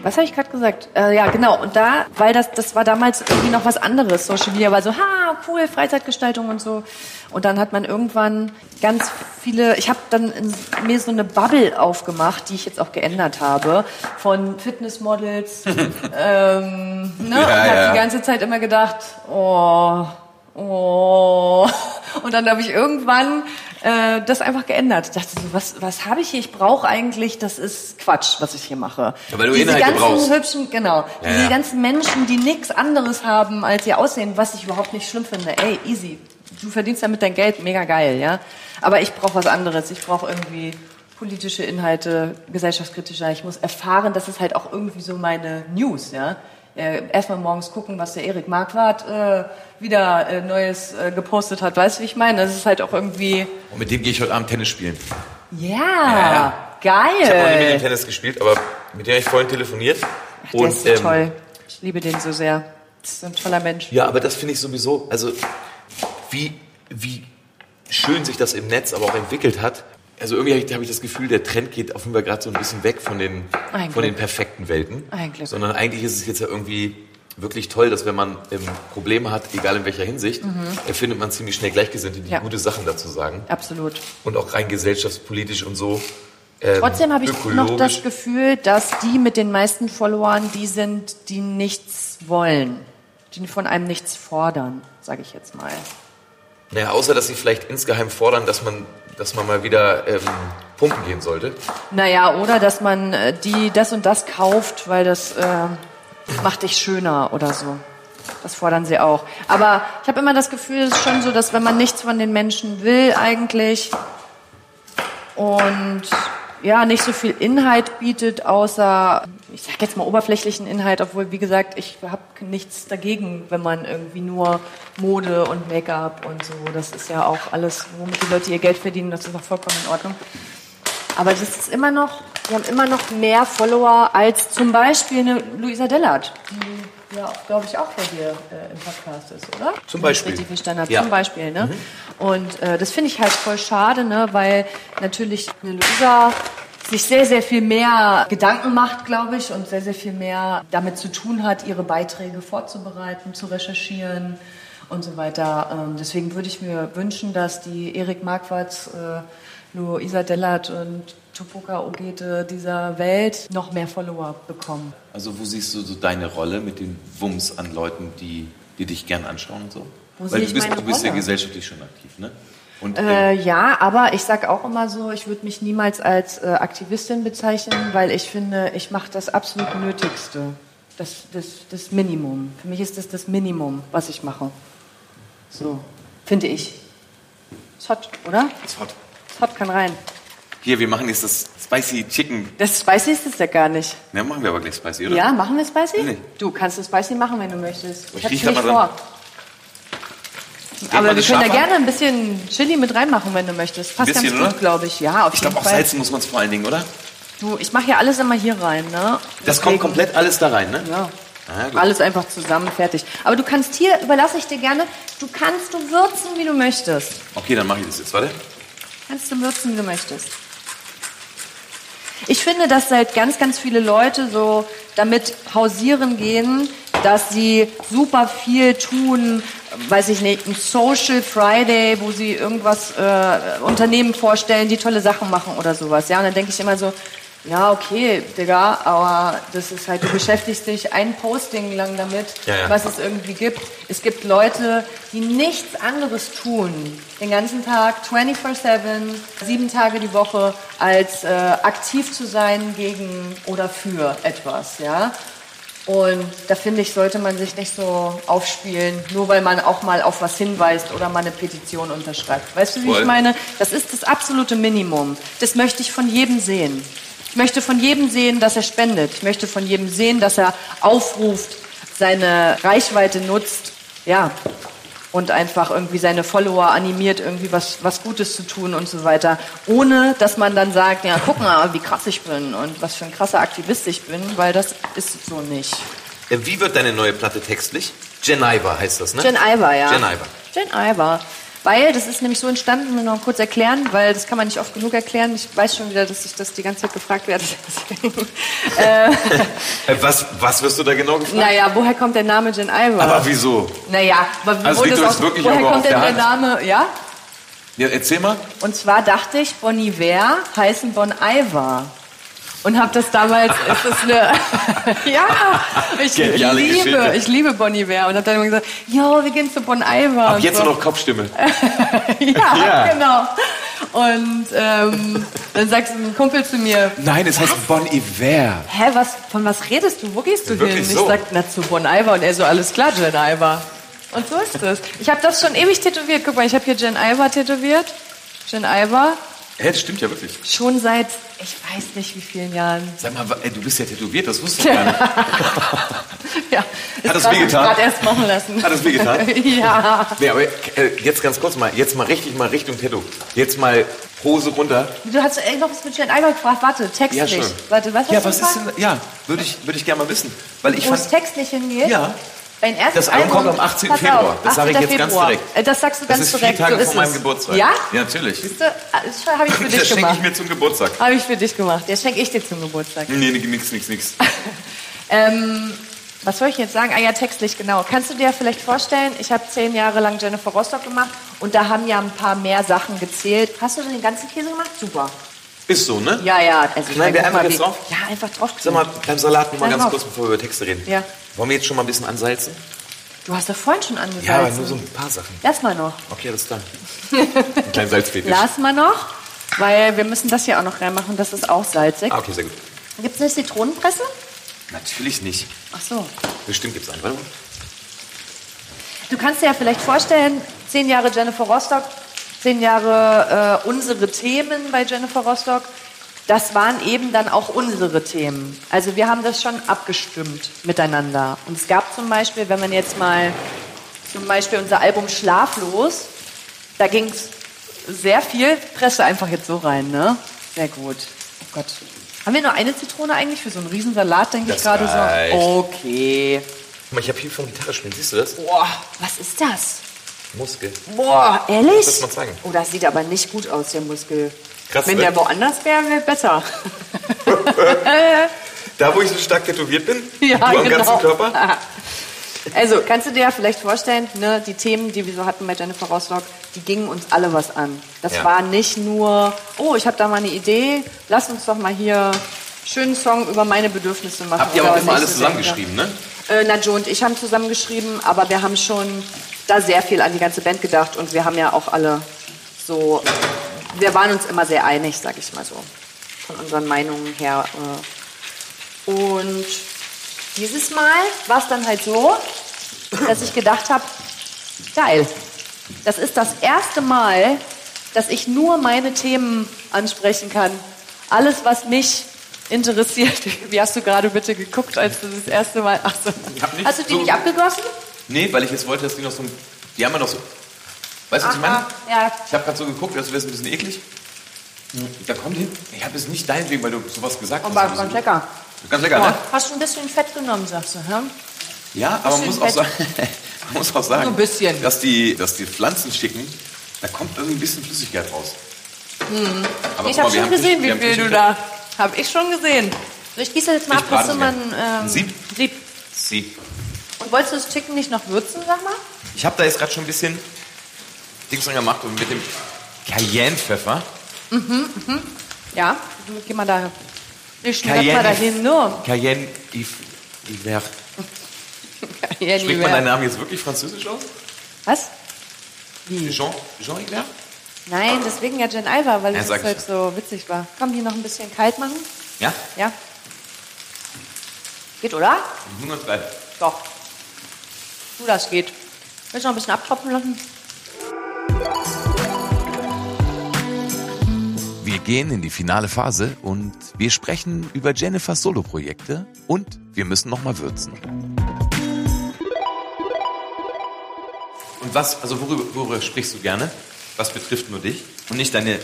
Speaker 3: Was habe ich gerade gesagt? Äh, ja, genau. Und da, weil das, das war damals irgendwie noch was anderes. Social Media war so, ha, cool, Freizeitgestaltung und so. Und dann hat man irgendwann ganz viele, ich habe dann in, mir so eine Bubble aufgemacht, die ich jetzt auch geändert habe, von Fitnessmodels. ähm, ne? und habe
Speaker 2: ja.
Speaker 3: die ganze Zeit immer gedacht, oh, oh. Und dann habe ich irgendwann äh, das einfach geändert. Ich dachte so, was, was habe ich hier? Ich brauche eigentlich, das ist Quatsch, was ich hier mache.
Speaker 2: Ja, weil du
Speaker 3: diese
Speaker 2: Inhalte
Speaker 3: ganzen
Speaker 2: brauchst.
Speaker 3: hübschen, genau, diese
Speaker 2: ja.
Speaker 3: ganzen Menschen, die nichts anderes haben als ihr Aussehen, was ich überhaupt nicht schlimm finde. Ey, easy. Du verdienst damit dein Geld, mega geil, ja. Aber ich brauche was anderes. Ich brauche irgendwie politische Inhalte, gesellschaftskritischer. Ich muss erfahren, das ist halt auch irgendwie so meine News, ja. Äh, Erstmal morgens gucken, was der Erik Marquardt äh, wieder äh, Neues äh, gepostet hat. Weißt du, wie ich meine? Das ist halt auch irgendwie,
Speaker 2: Und mit dem gehe ich heute Abend Tennis spielen.
Speaker 3: ja,
Speaker 2: ja.
Speaker 3: geil.
Speaker 2: Ich habe noch nie mit dem Tennis gespielt, aber mit dem habe ich vorhin telefoniert.
Speaker 3: Äh. Ach, der
Speaker 2: ähm,
Speaker 3: ist so toll. Ich liebe den so sehr. Das ist so ein toller Mensch.
Speaker 2: Ja, aber das finde ich sowieso, also wie, wie schön sich das im Netz aber auch entwickelt hat. Also irgendwie habe ich, habe ich das Gefühl, der Trend geht auf jeden Fall gerade so ein bisschen weg von den,
Speaker 3: Ein
Speaker 2: von
Speaker 3: Glück.
Speaker 2: den perfekten Welten.
Speaker 3: Ein Glück.
Speaker 2: Sondern eigentlich ist es jetzt ja irgendwie wirklich toll, dass wenn man ähm, Probleme hat, egal in welcher Hinsicht, äh, findet man ziemlich schnell Gleichgesinnte, die
Speaker 3: Mhm. Ja.
Speaker 2: gute Sachen dazu sagen.
Speaker 3: Absolut.
Speaker 2: Und auch rein gesellschaftspolitisch und so. ähm,
Speaker 3: Trotzdem habe ich noch
Speaker 2: ökologisch.
Speaker 3: das Gefühl, dass die mit den meisten Followern die sind, die nichts wollen. Die von einem nichts fordern, sage ich jetzt mal.
Speaker 2: Naja, außer dass sie vielleicht insgeheim fordern, dass man, dass man mal wieder ähm, pumpen gehen sollte.
Speaker 3: Naja, oder dass man äh, die das und das kauft, weil das äh, macht dich schöner oder so. Das fordern sie auch. Aber ich habe immer das Gefühl, es ist schon so, dass wenn man nichts von den Menschen will eigentlich und ja, nicht so viel Inhalt bietet, außer, ich sag jetzt mal oberflächlichen Inhalt, obwohl, wie gesagt, ich habe nichts dagegen, wenn man irgendwie nur Mode und Make-up und so, das ist ja auch alles, womit die Leute ihr Geld verdienen, das ist auch vollkommen in Ordnung. Aber das ist immer noch, wir haben immer noch mehr Follower als zum Beispiel eine Luisa Dellert, die ja, glaube ich, auch bei dir äh, im Podcast ist, oder?
Speaker 2: Zum
Speaker 3: Wenn ich's
Speaker 2: Beispiel.
Speaker 3: Richtig verstanden habe.
Speaker 2: Ja.
Speaker 3: Zum Beispiel, ne? Und äh, das finde ich halt voll schade, ne? Weil natürlich eine Luisa sich sehr, sehr viel mehr Gedanken macht, glaube ich, und sehr, sehr viel mehr damit zu tun hat, ihre Beiträge vorzubereiten, zu recherchieren und so weiter. Ähm, deswegen würde ich mir wünschen, dass die Erik Marquardt, äh, Luisa Dellert und Tupoka Ogete dieser Welt noch mehr Follower bekommen.
Speaker 2: Also wo siehst du so deine Rolle mit den Wumms an Leuten, die, die dich gern anschauen und so?
Speaker 3: Wo
Speaker 2: Weil
Speaker 3: sehe
Speaker 2: du
Speaker 3: ich
Speaker 2: bist,
Speaker 3: meine
Speaker 2: du bist ja
Speaker 3: Rolle?
Speaker 2: gesellschaftlich schon aktiv, ne? Und
Speaker 3: Äh,
Speaker 2: ähm,
Speaker 3: ja, aber ich sag auch immer so, ich würde mich niemals als äh, Aktivistin bezeichnen, weil ich finde, ich mache das absolut Nötigste. Das, das, das Minimum. Für mich ist das das Minimum, was ich mache. So, finde ich. Ist hot, oder?
Speaker 2: it's hot.
Speaker 3: Ist hot, kann rein.
Speaker 2: Hier, wir machen jetzt das Spicy Chicken.
Speaker 3: Das Spicy ist es ja gar nicht.
Speaker 2: Na, machen wir aber gleich Spicy, oder?
Speaker 3: Ja, machen wir Spicy?
Speaker 2: Nee.
Speaker 3: Du kannst es Spicy machen, wenn du möchtest.
Speaker 2: Ich
Speaker 3: Ich hab's
Speaker 2: riech da
Speaker 3: nicht
Speaker 2: mal dran.
Speaker 3: vor.
Speaker 2: Geht mal
Speaker 3: Aber wir
Speaker 2: das
Speaker 3: können da
Speaker 2: scharf an?
Speaker 3: gerne ein bisschen Chili mit reinmachen, wenn du möchtest. Passt
Speaker 2: bisschen,
Speaker 3: ganz
Speaker 2: oder?
Speaker 3: gut, glaube ich. Ja, auf
Speaker 2: Ich
Speaker 3: jeden
Speaker 2: glaube, auch
Speaker 3: Fall.
Speaker 2: salzen muss man es vor allen Dingen, oder?
Speaker 3: Du, ich mache ja alles immer hier rein, ne?
Speaker 2: Das kommt komplett alles da rein, ne?
Speaker 3: Ja.
Speaker 2: Ah, gut.
Speaker 3: Alles einfach zusammen, fertig. Aber du kannst hier, überlasse ich dir gerne, du kannst du würzen, wie du möchtest.
Speaker 2: Okay, dann mache ich das jetzt, warte.
Speaker 3: Kannst du würzen, wie du möchtest. Ich finde, dass halt ganz, ganz viele Leute so damit hausieren gehen, dass sie super viel tun, weiß ich nicht, ein Social Friday, wo sie irgendwas äh, Unternehmen vorstellen, die tolle Sachen machen oder sowas. Ja, und dann denke ich immer so, ja, okay, Digga, aber das ist halt, du beschäftigst dich ein Posting lang damit,
Speaker 2: Ja, ja.
Speaker 3: was es irgendwie gibt. Es gibt Leute, die nichts anderes tun, den ganzen Tag, 24-7, sieben Tage die Woche, als äh, aktiv zu sein gegen oder für etwas, ja. Und da finde ich, sollte man sich nicht so aufspielen, nur weil man auch mal auf was hinweist oder mal eine Petition unterschreibt. Weißt du, wie
Speaker 2: Voll.
Speaker 3: ich meine? Das ist das absolute Minimum. Das möchte ich von jedem sehen. Ich möchte von jedem sehen, dass er spendet. Ich möchte von jedem sehen, dass er aufruft, seine Reichweite nutzt. Ja. Und einfach irgendwie seine Follower animiert, irgendwie was, was Gutes zu tun und so weiter. Ohne, dass man dann sagt, ja, guck mal, wie krass ich bin und was für ein krasser Aktivist ich bin, weil das ist so nicht.
Speaker 2: Äh, Wie wird deine neue Platte textlich? Geneva heißt das, ne?
Speaker 3: Jen Iver, ja.
Speaker 2: Jen Iver.
Speaker 3: Jen Iver. Weil, das ist nämlich so entstanden, will noch kurz erklären, weil das kann man nicht oft genug erklären. Ich weiß schon wieder, dass ich das die ganze Zeit gefragt werde. Deswegen, äh,
Speaker 2: Äh, was, was wirst du da genau gefragt?
Speaker 3: naja, woher kommt der Name Jen Iver?
Speaker 2: Aber wieso?
Speaker 3: naja, aber
Speaker 2: Also
Speaker 3: wo
Speaker 2: liegt
Speaker 3: das
Speaker 2: uns
Speaker 3: auch-
Speaker 2: wirklich
Speaker 3: woher
Speaker 2: irgendwo
Speaker 3: kommt
Speaker 2: auf
Speaker 3: denn
Speaker 2: der
Speaker 3: der Name? Ja?
Speaker 2: Ja, erzähl mal.
Speaker 3: Und zwar dachte ich, Bon Iver heißen Bon Iver. Und habe das damals, ist das eine, ja, ich
Speaker 2: Geniale
Speaker 3: liebe,
Speaker 2: Geschichte.
Speaker 3: ich liebe Bon Iver. Und habe dann immer gesagt, jo, wir gehen zu Bon Iver.
Speaker 2: Ab
Speaker 3: und
Speaker 2: jetzt
Speaker 3: so.
Speaker 2: nur noch Kopfstimme.
Speaker 3: ja,
Speaker 2: Ja.
Speaker 3: genau. Und ähm, dann sagt ein Kumpel zu mir,
Speaker 2: Nein, es heißt Bon Iver.
Speaker 3: hä, was, von was redest du? Wo gehst du
Speaker 2: Wirklich
Speaker 3: hin?
Speaker 2: so?
Speaker 3: Ich sag, na zu Bon Iver und er so, alles klar, Jen Iver. Und so ist es. Ich habe das schon ewig tätowiert. Guck mal, ich habe hier Jen Iver tätowiert. Jen Iver.
Speaker 2: Hä, das stimmt ja wirklich.
Speaker 3: Schon seit, ich weiß nicht wie vielen Jahren.
Speaker 2: Sag mal, wa- ey, du bist ja tätowiert, das wusste ich gar nicht.
Speaker 3: ja,
Speaker 2: Hat das wehgetan?
Speaker 3: gerade erst machen lassen.
Speaker 2: Hat das wehgetan?
Speaker 3: ja.
Speaker 2: Nee, aber äh, jetzt ganz kurz mal, jetzt mal richtig mal Richtung Tattoo. Jetzt mal Hose runter.
Speaker 3: Du hast äh, noch was mit Jen Iver gefragt. Warte, Text
Speaker 2: Ja, schon.
Speaker 3: nicht. Warte, was hast
Speaker 2: Ja,
Speaker 3: du
Speaker 2: was
Speaker 3: gefragt?
Speaker 2: ist denn, ja, würde ich, würde ich gerne mal wissen. Weil ich
Speaker 3: Wo es
Speaker 2: fand,
Speaker 3: textlich hingeht?
Speaker 2: Ja.
Speaker 3: Dein erstes
Speaker 2: Das Album kommt am 18.
Speaker 3: Pass
Speaker 2: Februar.
Speaker 3: Auf,
Speaker 2: Das sage ich
Speaker 3: 18.
Speaker 2: jetzt ganz
Speaker 3: Februar.
Speaker 2: direkt.
Speaker 3: Äh, Das sagst du
Speaker 2: das
Speaker 3: ganz
Speaker 2: ist vier
Speaker 3: direkt.
Speaker 2: Tage
Speaker 3: so ist
Speaker 2: vor meinem
Speaker 3: es.
Speaker 2: Geburtstag.
Speaker 3: Ja?
Speaker 2: Ja, natürlich.
Speaker 3: Siehst du, ah, das habe ich für
Speaker 2: Das
Speaker 3: dich
Speaker 2: schenke ich
Speaker 3: gemacht.
Speaker 2: mir zum Geburtstag.
Speaker 3: Habe ich für dich gemacht. Der schenke ich dir zum Geburtstag.
Speaker 2: Nee, nee, nix, nix, nix.
Speaker 3: Ähm, was soll ich jetzt sagen? Ah ja, textlich, genau. Kannst du dir vielleicht vorstellen, ich habe zehn Jahre lang Jennifer Rostock gemacht und da haben ja ein paar mehr Sachen gezählt. Hast du den ganzen Käse gemacht? Super.
Speaker 2: Ist so, ne?
Speaker 3: Ja, ja. Also ich
Speaker 2: Nein,
Speaker 3: mein,
Speaker 2: wir
Speaker 3: guck
Speaker 2: einfach
Speaker 3: mal,
Speaker 2: jetzt
Speaker 3: wie-
Speaker 2: drauf?
Speaker 3: Ja, einfach drauf.
Speaker 2: Sag mal, beim Salat noch mal
Speaker 3: Dann
Speaker 2: ganz
Speaker 3: noch.
Speaker 2: kurz, bevor wir über Texte reden.
Speaker 3: Ja.
Speaker 2: Wollen wir jetzt schon mal ein bisschen ansalzen?
Speaker 3: Du hast doch vorhin schon angesalzen.
Speaker 2: Ja, aber nur so ein paar Sachen.
Speaker 3: Lass mal noch.
Speaker 2: Okay, alles klar. Ein kleiner Salzfetisch.
Speaker 3: Lass mal noch, weil wir müssen das hier auch noch reinmachen. Das ist auch salzig.
Speaker 2: Ah, okay, sehr gut.
Speaker 3: Gibt es eine Zitronenpresse?
Speaker 2: Natürlich nicht.
Speaker 3: Ach so.
Speaker 2: Bestimmt gibt's einen, warte mal.
Speaker 3: Du kannst dir ja vielleicht vorstellen, zehn Jahre Jennifer Rostock, zehn Jahre äh, unsere Themen bei Jennifer Rostock. Das waren eben dann auch unsere Themen. Also wir haben das schon abgestimmt miteinander. Und es gab zum Beispiel, wenn man jetzt mal zum Beispiel unser Album Schlaflos, da ging es sehr viel Presse einfach jetzt so rein, ne? Sehr gut. Oh Gott. Haben wir nur eine Zitrone eigentlich für so einen Riesensalat, denke ich
Speaker 2: Das
Speaker 3: gerade
Speaker 2: reicht.
Speaker 3: so? Okay.
Speaker 2: Guck mal, ich habe viel von Gitarre spielen, siehst du das?
Speaker 3: Boah, was ist das?
Speaker 2: Muskel.
Speaker 3: Boah, ehrlich?
Speaker 2: Das mal zeigen.
Speaker 3: Oh, das sieht aber nicht gut aus, der Muskel.
Speaker 2: Krass,
Speaker 3: Wenn
Speaker 2: ne?
Speaker 3: der woanders wäre, wäre besser.
Speaker 2: Da, wo ich so stark tätowiert bin?
Speaker 3: Ja,
Speaker 2: du am
Speaker 3: genau.
Speaker 2: ganzen Körper?
Speaker 3: Also, kannst du dir ja vielleicht vorstellen, ne, die Themen, die wir so hatten bei Jennifer Rostock, die gingen uns alle was an. Das
Speaker 2: Ja.
Speaker 3: war nicht nur, oh, ich habe da mal eine Idee, lass uns doch mal hier einen schönen Song über meine Bedürfnisse machen.
Speaker 2: Habt ihr
Speaker 3: oder
Speaker 2: aber auch
Speaker 3: was
Speaker 2: immer
Speaker 3: ich
Speaker 2: alles
Speaker 3: so denke.
Speaker 2: zusammengeschrieben, ne?
Speaker 3: Äh, Nadjo und ich haben zusammengeschrieben, aber wir haben schon da sehr viel an die ganze Band gedacht und wir haben ja auch alle so, wir waren uns immer sehr einig, sag ich mal so, von unseren Meinungen her. äh. Und dieses Mal war es dann halt so, dass ich gedacht habe, geil, das ist das erste Mal, dass ich nur meine Themen ansprechen kann. Alles, was mich interessiert. Wie hast du gerade bitte geguckt, als du das erste Mal... Ach so.
Speaker 2: hab nicht
Speaker 3: Hast du die
Speaker 2: so-
Speaker 3: nicht abgegossen?
Speaker 2: Nee, weil ich jetzt wollte, dass die noch so ein. Die haben ja noch so. Weißt du, was ich meine?
Speaker 3: ah, Ja,
Speaker 2: Ich habe gerade so geguckt, also das wäre ein bisschen eklig. Hm, Da kommt hin. Ich habe es nicht deinetwegen, weil du sowas gesagt hast.
Speaker 3: aber ganz lecker.
Speaker 2: Ganz
Speaker 3: Oh,
Speaker 2: lecker, ne?
Speaker 3: Hast du ein bisschen Fett genommen, sagst du, hm?
Speaker 2: Ja, aber man muss, auch
Speaker 3: Bisschen
Speaker 2: sagen, man muss auch sagen,
Speaker 3: Nur ein bisschen.
Speaker 2: Dass, die, dass die Pflanzen schicken, da kommt irgendwie ein bisschen Flüssigkeit raus. Aber
Speaker 3: Hm.
Speaker 2: guck
Speaker 3: Ich
Speaker 2: mal,
Speaker 3: habe
Speaker 2: wir
Speaker 3: schon gesehen,
Speaker 2: wir
Speaker 3: wie viel du
Speaker 2: Flüssigkeit.
Speaker 3: da... Habe ich schon gesehen. So, ich gieße jetzt mal
Speaker 2: Ich
Speaker 3: ab, dass
Speaker 2: brate
Speaker 3: du
Speaker 2: sie
Speaker 3: mal
Speaker 2: gern.
Speaker 3: ein ähm,
Speaker 2: Sieb?
Speaker 3: Sieb.
Speaker 2: Sie.
Speaker 3: Und wolltest du das Chicken nicht noch würzen, sag mal?
Speaker 2: Ich habe da jetzt gerade schon ein bisschen Dings dran gemacht und mit dem Cayenne-Pfeffer.
Speaker 3: Ja, du Also, geh mal da. Ich schmeck
Speaker 2: Cayenne.
Speaker 3: mal dahin, nur.
Speaker 2: Cayenne Yves Hiver.
Speaker 3: Ja,
Speaker 2: Spricht
Speaker 3: lieber.
Speaker 2: man deinen Namen jetzt wirklich französisch aus?
Speaker 3: Was?
Speaker 2: Jean, Jean Hiver?
Speaker 3: Nein, deswegen ja Jen Alva, weil
Speaker 2: Ja,
Speaker 3: es
Speaker 2: sag
Speaker 3: das
Speaker 2: ich
Speaker 3: halt
Speaker 2: ja.
Speaker 3: so witzig war. Komm, die noch ein bisschen kalt machen.
Speaker 2: Ja?
Speaker 3: Ja. Geht, oder?
Speaker 2: 103.
Speaker 3: Doch. Du, das geht. Willst du noch ein bisschen abtropfen lassen?
Speaker 4: Wir gehen in die finale Phase und wir sprechen über Jennifers Soloprojekte und wir müssen nochmal würzen.
Speaker 2: Und was, also worüber, worüber sprichst du gerne? Was betrifft nur dich und nicht deine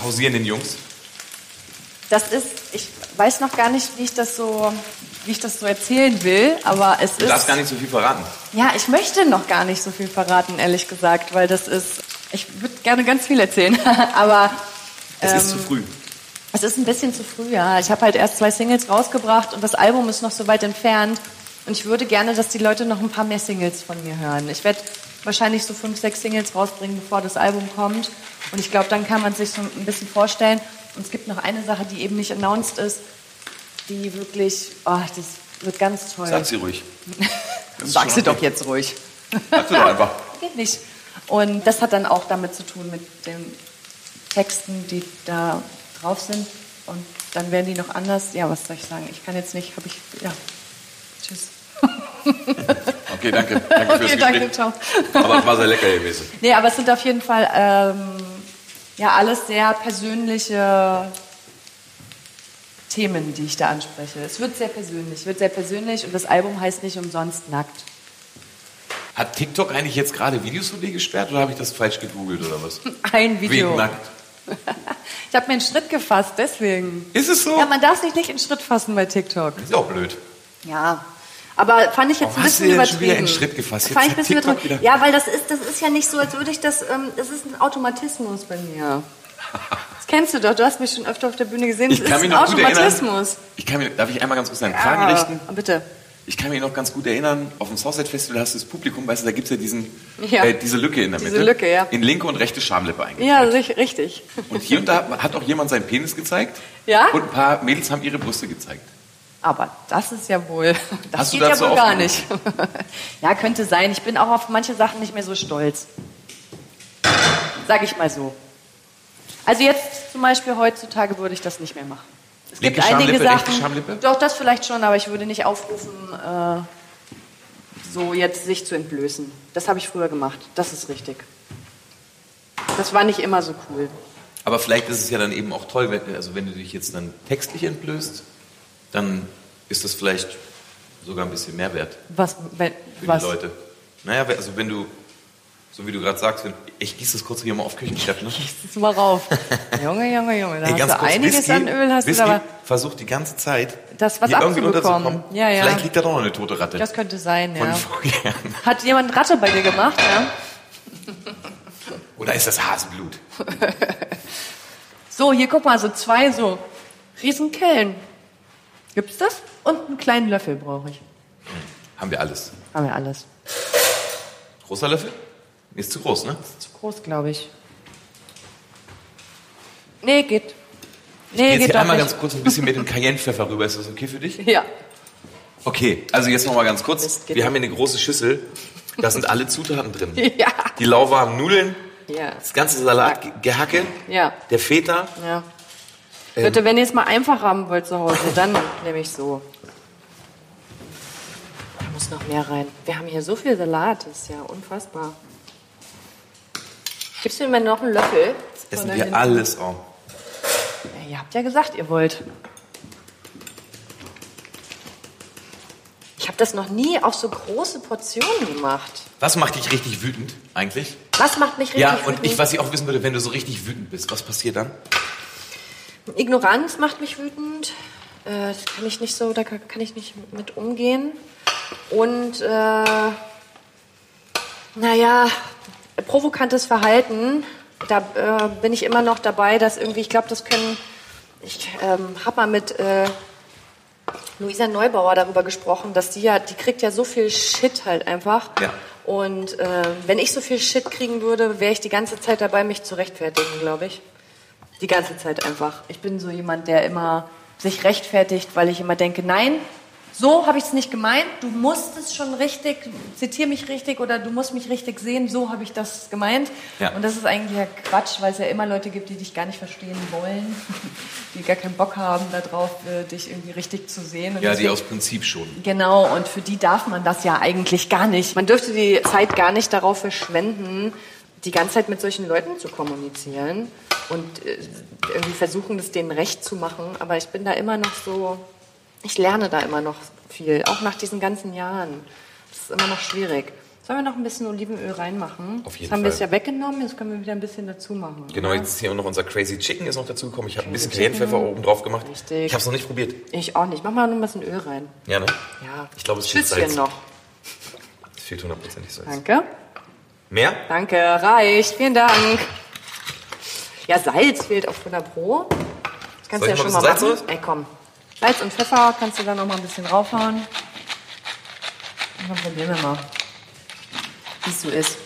Speaker 2: pausierenden Jungs?
Speaker 3: Das ist, ich weiß noch gar nicht, wie ich das so, wie ich das so erzählen will, aber es
Speaker 2: Du darfst
Speaker 3: ist.
Speaker 2: gar nicht so viel verraten.
Speaker 3: Ja, ich möchte noch gar nicht so viel verraten, ehrlich gesagt, weil das ist. Ich würde gerne ganz viel erzählen, aber
Speaker 2: Es ist zu früh.
Speaker 3: Es ist ein bisschen zu früh, ja. Ich habe halt erst zwei Singles rausgebracht und das Album ist noch so weit entfernt. Und ich würde gerne, dass die Leute noch ein paar mehr Singles von mir hören. Ich werde wahrscheinlich so fünf, sechs Singles rausbringen, bevor das Album kommt. Und ich glaube, dann kann man sich so ein bisschen vorstellen. Und es gibt noch eine Sache, die eben nicht announced ist, die wirklich, oh, das wird ganz toll.
Speaker 2: Sag sie ruhig. Das ist
Speaker 3: Sag
Speaker 2: schon
Speaker 3: sie
Speaker 2: okay.
Speaker 3: doch jetzt ruhig.
Speaker 2: Sag sie doch einfach.
Speaker 3: Geht nicht. Und das hat dann auch damit zu tun mit den Texten, die da drauf sind. Und dann werden die noch anders. Ja, was soll ich sagen? Ich kann jetzt nicht, habe ich. Ja. Tschüss.
Speaker 2: Okay, danke. Danke fürs
Speaker 3: Okay, danke,
Speaker 2: Gespräch.
Speaker 3: ciao.
Speaker 2: Aber es war sehr lecker gewesen.
Speaker 3: Nee, aber es sind auf jeden Fall ähm, ja alles sehr persönliche Themen, die ich da anspreche. Es wird sehr persönlich, wird sehr persönlich und das Album heißt nicht umsonst nackt.
Speaker 2: Hat TikTok eigentlich jetzt gerade Videos von dir gesperrt oder habe ich das falsch gegoogelt oder was?
Speaker 3: Ein Video.
Speaker 2: Wegen nackt.
Speaker 3: Ich habe mir einen Schritt gefasst, deswegen.
Speaker 2: Ist es so?
Speaker 3: Ja, man darf sich nicht in Schritt fassen bei TikTok.
Speaker 2: ist auch blöd.
Speaker 3: Ja. Aber fand ich jetzt
Speaker 2: Warum
Speaker 3: ein
Speaker 2: Oh, hast du
Speaker 3: bisschen
Speaker 2: dir denn
Speaker 3: übertrieben.
Speaker 2: schon wieder in den Schritt gefasst? Jetzt
Speaker 3: Fand ich ein
Speaker 2: hat
Speaker 3: bisschen
Speaker 2: TikTok
Speaker 3: übertrieben.
Speaker 2: wieder-
Speaker 3: Ja, weil das ist, das ist ja nicht so, als würde ich das. Ähm, das ist ein Automatismus bei mir. Das kennst du doch. Du hast mich schon öfter auf der Bühne gesehen. Das
Speaker 2: Ich kann
Speaker 3: ist
Speaker 2: mich
Speaker 3: ein
Speaker 2: noch gut erinnern.
Speaker 3: Automatismus.
Speaker 2: Ich kann mir, darf ich einmal ganz kurz deine Fragen richten?
Speaker 3: Ah, bitte.
Speaker 2: Ich kann mich noch ganz gut erinnern, auf dem Southside Festival hast du das Publikum, weißt du, da gibt es ja, diesen,
Speaker 3: Ja.
Speaker 2: Äh, diese Lücke in der
Speaker 3: Diese
Speaker 2: Mitte.
Speaker 3: Lücke, ja.
Speaker 2: In linke und rechte Schamlippe eigentlich.
Speaker 3: Ja, sich- richtig.
Speaker 2: Und hier und da hat auch jemand seinen Penis gezeigt.
Speaker 3: Ja?
Speaker 2: Und ein paar Mädels haben ihre Brüste gezeigt.
Speaker 3: Aber das ist ja wohl. Das
Speaker 2: Hast du
Speaker 3: geht ja
Speaker 2: dazu
Speaker 3: wohl gar
Speaker 2: aufgerufen?
Speaker 3: nicht. ja, könnte sein. Ich bin auch auf manche Sachen nicht mehr so stolz. Sag ich mal so. Also jetzt zum Beispiel heutzutage würde ich das nicht mehr machen. Es
Speaker 2: Linke
Speaker 3: gibt einige
Speaker 2: Schamlippe, rechte
Speaker 3: Sachen.
Speaker 2: Schamlippe?
Speaker 3: Doch, das vielleicht schon, aber ich würde nicht aufrufen, äh, so jetzt sich zu entblößen. Das habe ich früher gemacht. Das ist richtig. Das war nicht immer so cool.
Speaker 2: Aber vielleicht ist es ja dann eben auch toll, wenn, also wenn du dich jetzt dann textlich entblößt, dann ist das vielleicht sogar ein bisschen Mehrwert
Speaker 3: Was? Wenn,
Speaker 2: für die Leute. Naja, we- also wenn du, so wie du gerade sagst, wenn, ich gieße das kurz hier mal auf Küchenchef, ne?
Speaker 3: Jetzt mal rauf. Junge, Junge, Junge, da
Speaker 2: Ey,
Speaker 3: hast du einiges
Speaker 2: Whisky-
Speaker 3: an Öl, hast
Speaker 2: Whisky
Speaker 3: du aber.
Speaker 2: versucht die ganze Zeit,
Speaker 3: Das was
Speaker 2: hier irgendwie
Speaker 3: abzubekommen.
Speaker 2: unterzukommen.
Speaker 3: Ja, ja.
Speaker 2: Vielleicht liegt da doch noch eine tote Ratte.
Speaker 3: Das könnte sein,
Speaker 2: von
Speaker 3: ja.
Speaker 2: vorgestern.
Speaker 3: Hat jemand Ratte bei dir gemacht, ja?
Speaker 4: Oder ist das Hasenblut?
Speaker 6: So, hier guck mal, so zwei so Riesenkellen. Gibt's das? Und einen kleinen Löffel brauche ich.
Speaker 4: Haben wir alles.
Speaker 6: Haben wir alles.
Speaker 4: Großer Löffel? Nee, Ist zu groß, ne?
Speaker 6: Zu groß, glaube ich. Nee, geht. Nee,
Speaker 4: jetzt
Speaker 6: geht
Speaker 4: hier
Speaker 6: doch
Speaker 4: einmal
Speaker 6: nicht.
Speaker 4: ganz kurz ein bisschen mit dem Cayennepfeffer rüber. Ist das okay für dich?
Speaker 3: Ja.
Speaker 4: Okay, also jetzt nochmal ganz kurz.
Speaker 3: Mist, genau. geht
Speaker 4: Wir haben hier eine große Schüssel. Da sind alle Zutaten drin.
Speaker 3: Ja.
Speaker 4: Die lauwarmen Nudeln,
Speaker 3: Ja.
Speaker 4: das ganze Salatgehacke,
Speaker 3: Ja.
Speaker 4: der Feta.
Speaker 3: ja.
Speaker 4: Ähm.
Speaker 3: Leute, wenn ihr es mal einfach haben wollt zu Hause, dann nehme ich so. Da muss noch mehr rein. Wir haben hier so viel Salat, das ist ja unfassbar. Gibst du mir noch einen Löffel?
Speaker 4: Essen
Speaker 3: Oder den-
Speaker 4: wir alles auf.
Speaker 6: Ja, ihr habt ja gesagt, ihr wollt.
Speaker 3: Ich habe das noch nie auf so große Portionen gemacht.
Speaker 4: Was macht dich richtig wütend eigentlich?
Speaker 3: Was macht mich richtig
Speaker 4: ja, und
Speaker 3: wütend?
Speaker 4: ich, was ich auch wissen würde, wenn du so richtig wütend bist, was passiert dann?
Speaker 3: Ignoranz macht mich wütend. Äh, das kann ich nicht so, da kann kann ich nicht mit umgehen. Und äh, naja, provokantes Verhalten. Da äh, bin ich immer noch dabei, dass irgendwie, ich glaube, das können. Ich ähm, habe mal mit äh, Luisa Neubauer darüber gesprochen, dass die ja, die kriegt ja so viel Shit halt einfach.
Speaker 4: Ja.
Speaker 3: Und äh, wenn ich so viel Shit kriegen würde, wäre ich die ganze Zeit dabei, mich zu rechtfertigen, glaube ich. Die ganze Zeit einfach.
Speaker 6: Ich bin so jemand, der immer sich rechtfertigt, weil ich immer denke, nein, so habe ich es nicht gemeint. Du musst es schon richtig, zitier mich richtig oder du musst mich richtig sehen. So habe ich das gemeint.
Speaker 4: Ja.
Speaker 6: Und das ist eigentlich ja Quatsch, weil es ja immer Leute gibt, die dich gar nicht verstehen wollen, die gar keinen Bock haben darauf, äh, dich irgendwie richtig zu sehen. Und
Speaker 4: Ja, die
Speaker 6: deswegen-
Speaker 4: aus Prinzip schon.
Speaker 6: Genau, und für die darf man das ja eigentlich gar nicht.
Speaker 3: Man dürfte die Zeit gar nicht darauf verschwenden, die ganze Zeit mit solchen Leuten zu kommunizieren und äh, irgendwie versuchen, das denen recht zu machen. Aber ich bin da immer noch so, ich lerne da immer noch viel, auch nach diesen ganzen Jahren. Das ist immer noch schwierig. Sollen wir noch ein bisschen Olivenöl reinmachen?
Speaker 4: Auf jeden
Speaker 3: jetzt haben wir es
Speaker 4: Fall.
Speaker 3: ja weggenommen, jetzt können wir wieder ein bisschen dazu machen.
Speaker 4: Genau, jetzt ist hier auch noch unser Crazy Chicken ist noch dazugekommen. Ich habe ein bisschen Cayennepfeffer oben drauf gemacht.
Speaker 3: Richtig.
Speaker 4: Ich habe es noch nicht probiert.
Speaker 3: Ich auch nicht. Mach mal nur ein bisschen Öl rein.
Speaker 4: Ja, ne?
Speaker 3: Ja.
Speaker 4: Ich glaube, es fehlt Salz.
Speaker 3: Schüsschen noch.
Speaker 4: Es fehlt hundertprozentig Salz.
Speaker 3: Danke.
Speaker 4: Mehr?
Speaker 3: Danke, reicht. Vielen Dank. Ja, Salz fehlt auf 100 Pro. Das kannst
Speaker 4: Soll
Speaker 3: du ja
Speaker 4: ich
Speaker 3: schon
Speaker 4: mal
Speaker 3: mal
Speaker 4: ein bisschen
Speaker 3: machen.
Speaker 4: Salz
Speaker 3: Ey, komm.
Speaker 6: Salz und Pfeffer kannst du da noch mal ein bisschen raufhauen. Und dann probieren wir mal, wie es so ist.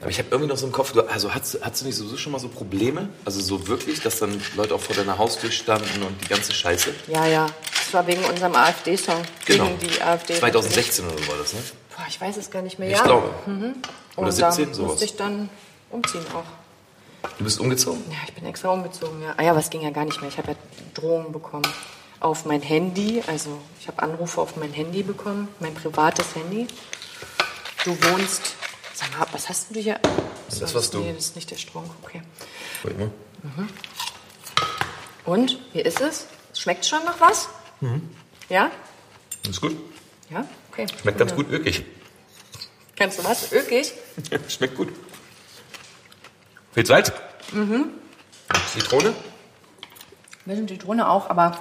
Speaker 4: Aber ich habe irgendwie noch so im Kopf, du, also hast, hast du nicht sowieso schon mal so Probleme? Also so wirklich, dass dann Leute auch vor deiner Haustür standen und die ganze Scheiße?
Speaker 3: Ja, ja. Das war wegen unserem AfD-Song.
Speaker 4: Genau.
Speaker 3: Gegen die AfD.
Speaker 4: 2016 oder so war das, ne?
Speaker 3: Boah, ich weiß es gar nicht mehr.
Speaker 4: Ich
Speaker 3: ja. Mhm.
Speaker 4: glaube.
Speaker 3: Und
Speaker 4: Oder 17,
Speaker 3: da
Speaker 4: sowas.
Speaker 3: musste ich dann umziehen auch.
Speaker 4: Du bist umgezogen?
Speaker 3: Ja, ich bin extra umgezogen. Ja. Ah ja, aber es ging ja gar nicht mehr. Ich habe ja Drohungen bekommen. Auf mein Handy. Also ich habe Anrufe auf mein Handy bekommen. Mein privates Handy. Du wohnst... Sag mal, was hast du hier...
Speaker 4: Das warst du.
Speaker 3: Nee, das ist nicht der Strunk, okay.
Speaker 4: Warte mal.
Speaker 3: Und, wie ist es? Schmeckt schon nach was?
Speaker 4: Mhm.
Speaker 3: Ja?
Speaker 4: Ist gut.
Speaker 3: Ja? Okay.
Speaker 4: Schmeckt ganz gut, wirklich.
Speaker 3: Kannst du was? Ökig?
Speaker 4: Schmeckt gut. Fehlt Salz? Mhm. Zitrone?
Speaker 6: Ein bisschen Zitrone auch, aber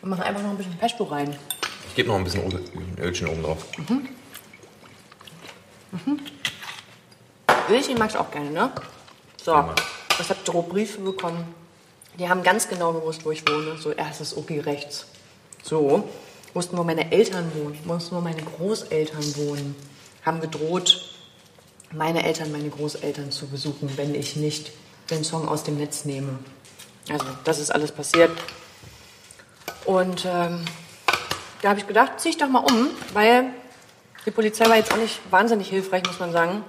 Speaker 6: wir machen einfach noch ein bisschen Pesto rein.
Speaker 4: Ich gebe noch ein bisschen Öl- ein Ölchen oben drauf.
Speaker 3: Ökig magst du auch gerne, ne? So. Ich habe Dro Briefe bekommen. Die haben ganz genau gewusst, wo ich wohne. So, erstes Oki rechts. So. Wussten, wo meine Eltern wohnen. Wussten, wo meine Großeltern wohnen. Haben gedroht, meine Eltern, meine Großeltern zu besuchen, wenn ich nicht den Song aus dem Netz nehme. Also, das ist alles passiert. Und ähm, da habe ich gedacht, ziehe ich doch mal um, weil die Polizei war jetzt auch nicht wahnsinnig hilfreich, muss man sagen.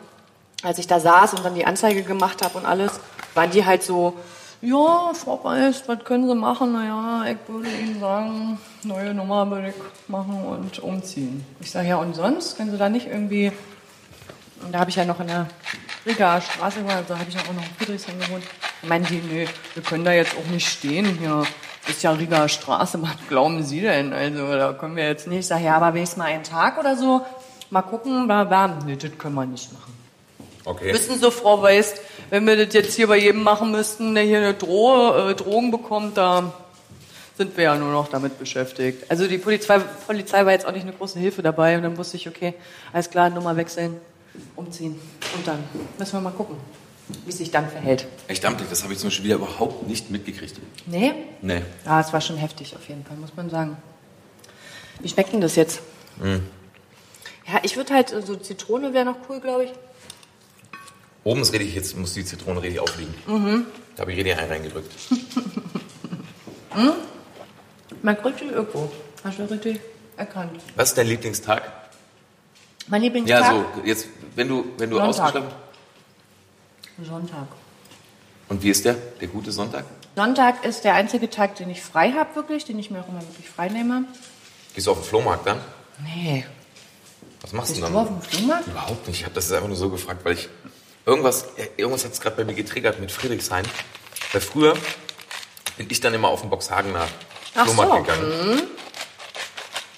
Speaker 3: Als ich da saß und dann die Anzeige gemacht habe und alles, waren die halt so,
Speaker 6: Ja, Frau Weiß, was können Sie machen? Naja, ich würde Ihnen sagen, neue Nummer würde ich machen und umziehen. Ich sage, ja, und sonst? Können Sie da nicht irgendwie... Und da habe ich ja noch in der Rigaer Straße, gewohnt, also habe ich ja auch noch in Friedrichshain gewohnt. Da meinen die, nee, wir können da jetzt auch nicht stehen hier. Ist ja Rigaer Straße, was glauben Sie denn? Also da können wir jetzt nicht. Ich sage, ja, aber wenigstens mal einen Tag oder so. Mal gucken, bla bla. Nee, das können wir nicht machen.
Speaker 4: Okay.
Speaker 6: Wissen Sie, Frau Weiß, wenn wir das jetzt hier bei jedem machen müssten, der hier eine Droh, äh, Drohung bekommt, da sind wir ja nur noch damit beschäftigt. Also die Polizei, Polizei war jetzt auch nicht eine große Hilfe dabei und dann wusste ich, okay, alles klar, Nummer wechseln.
Speaker 3: umziehen. Und dann müssen wir mal gucken, wie es sich dann verhält.
Speaker 4: Echt amtlich, das habe ich zum Beispiel wieder überhaupt nicht mitgekriegt.
Speaker 3: Nee?
Speaker 4: Nee.
Speaker 3: Ja, es war schon heftig auf jeden Fall, muss man sagen. Wie schmeckt denn das jetzt? Ja, ich würde halt, so Zitrone wäre noch cool, glaube ich.
Speaker 4: Oben ist richtig, jetzt muss die Zitronenrede aufliegen.
Speaker 3: Mhm.
Speaker 4: Da habe ich Redi einen reingedrückt.
Speaker 3: Mein richtig irgendwo. Hast du richtig erkannt.
Speaker 4: Was ist dein Lieblingstag?
Speaker 3: Mein Lieblingstag?
Speaker 4: Ja, so, jetzt, wenn du, wenn du
Speaker 3: Sonntag.
Speaker 4: ausgeschlafen
Speaker 3: Sonntag.
Speaker 4: Und wie ist der? Der gute Sonntag?
Speaker 3: Sonntag ist der einzige Tag, den ich frei habe, wirklich, den ich mir auch immer wirklich frei nehme.
Speaker 4: Gehst du auf den Flohmarkt dann?
Speaker 3: Nee.
Speaker 4: Was machst
Speaker 3: Bist
Speaker 4: du
Speaker 3: du
Speaker 4: dann?
Speaker 3: auf dem Flohmarkt?
Speaker 4: Überhaupt nicht. Ich habe das einfach nur so gefragt, weil ich irgendwas, irgendwas hat es gerade bei mir getriggert mit Friedrichshain. Weil früher bin ich dann immer auf den Boxhagener
Speaker 3: Ach
Speaker 4: Flohmarkt
Speaker 3: so. Mhm.
Speaker 4: gegangen.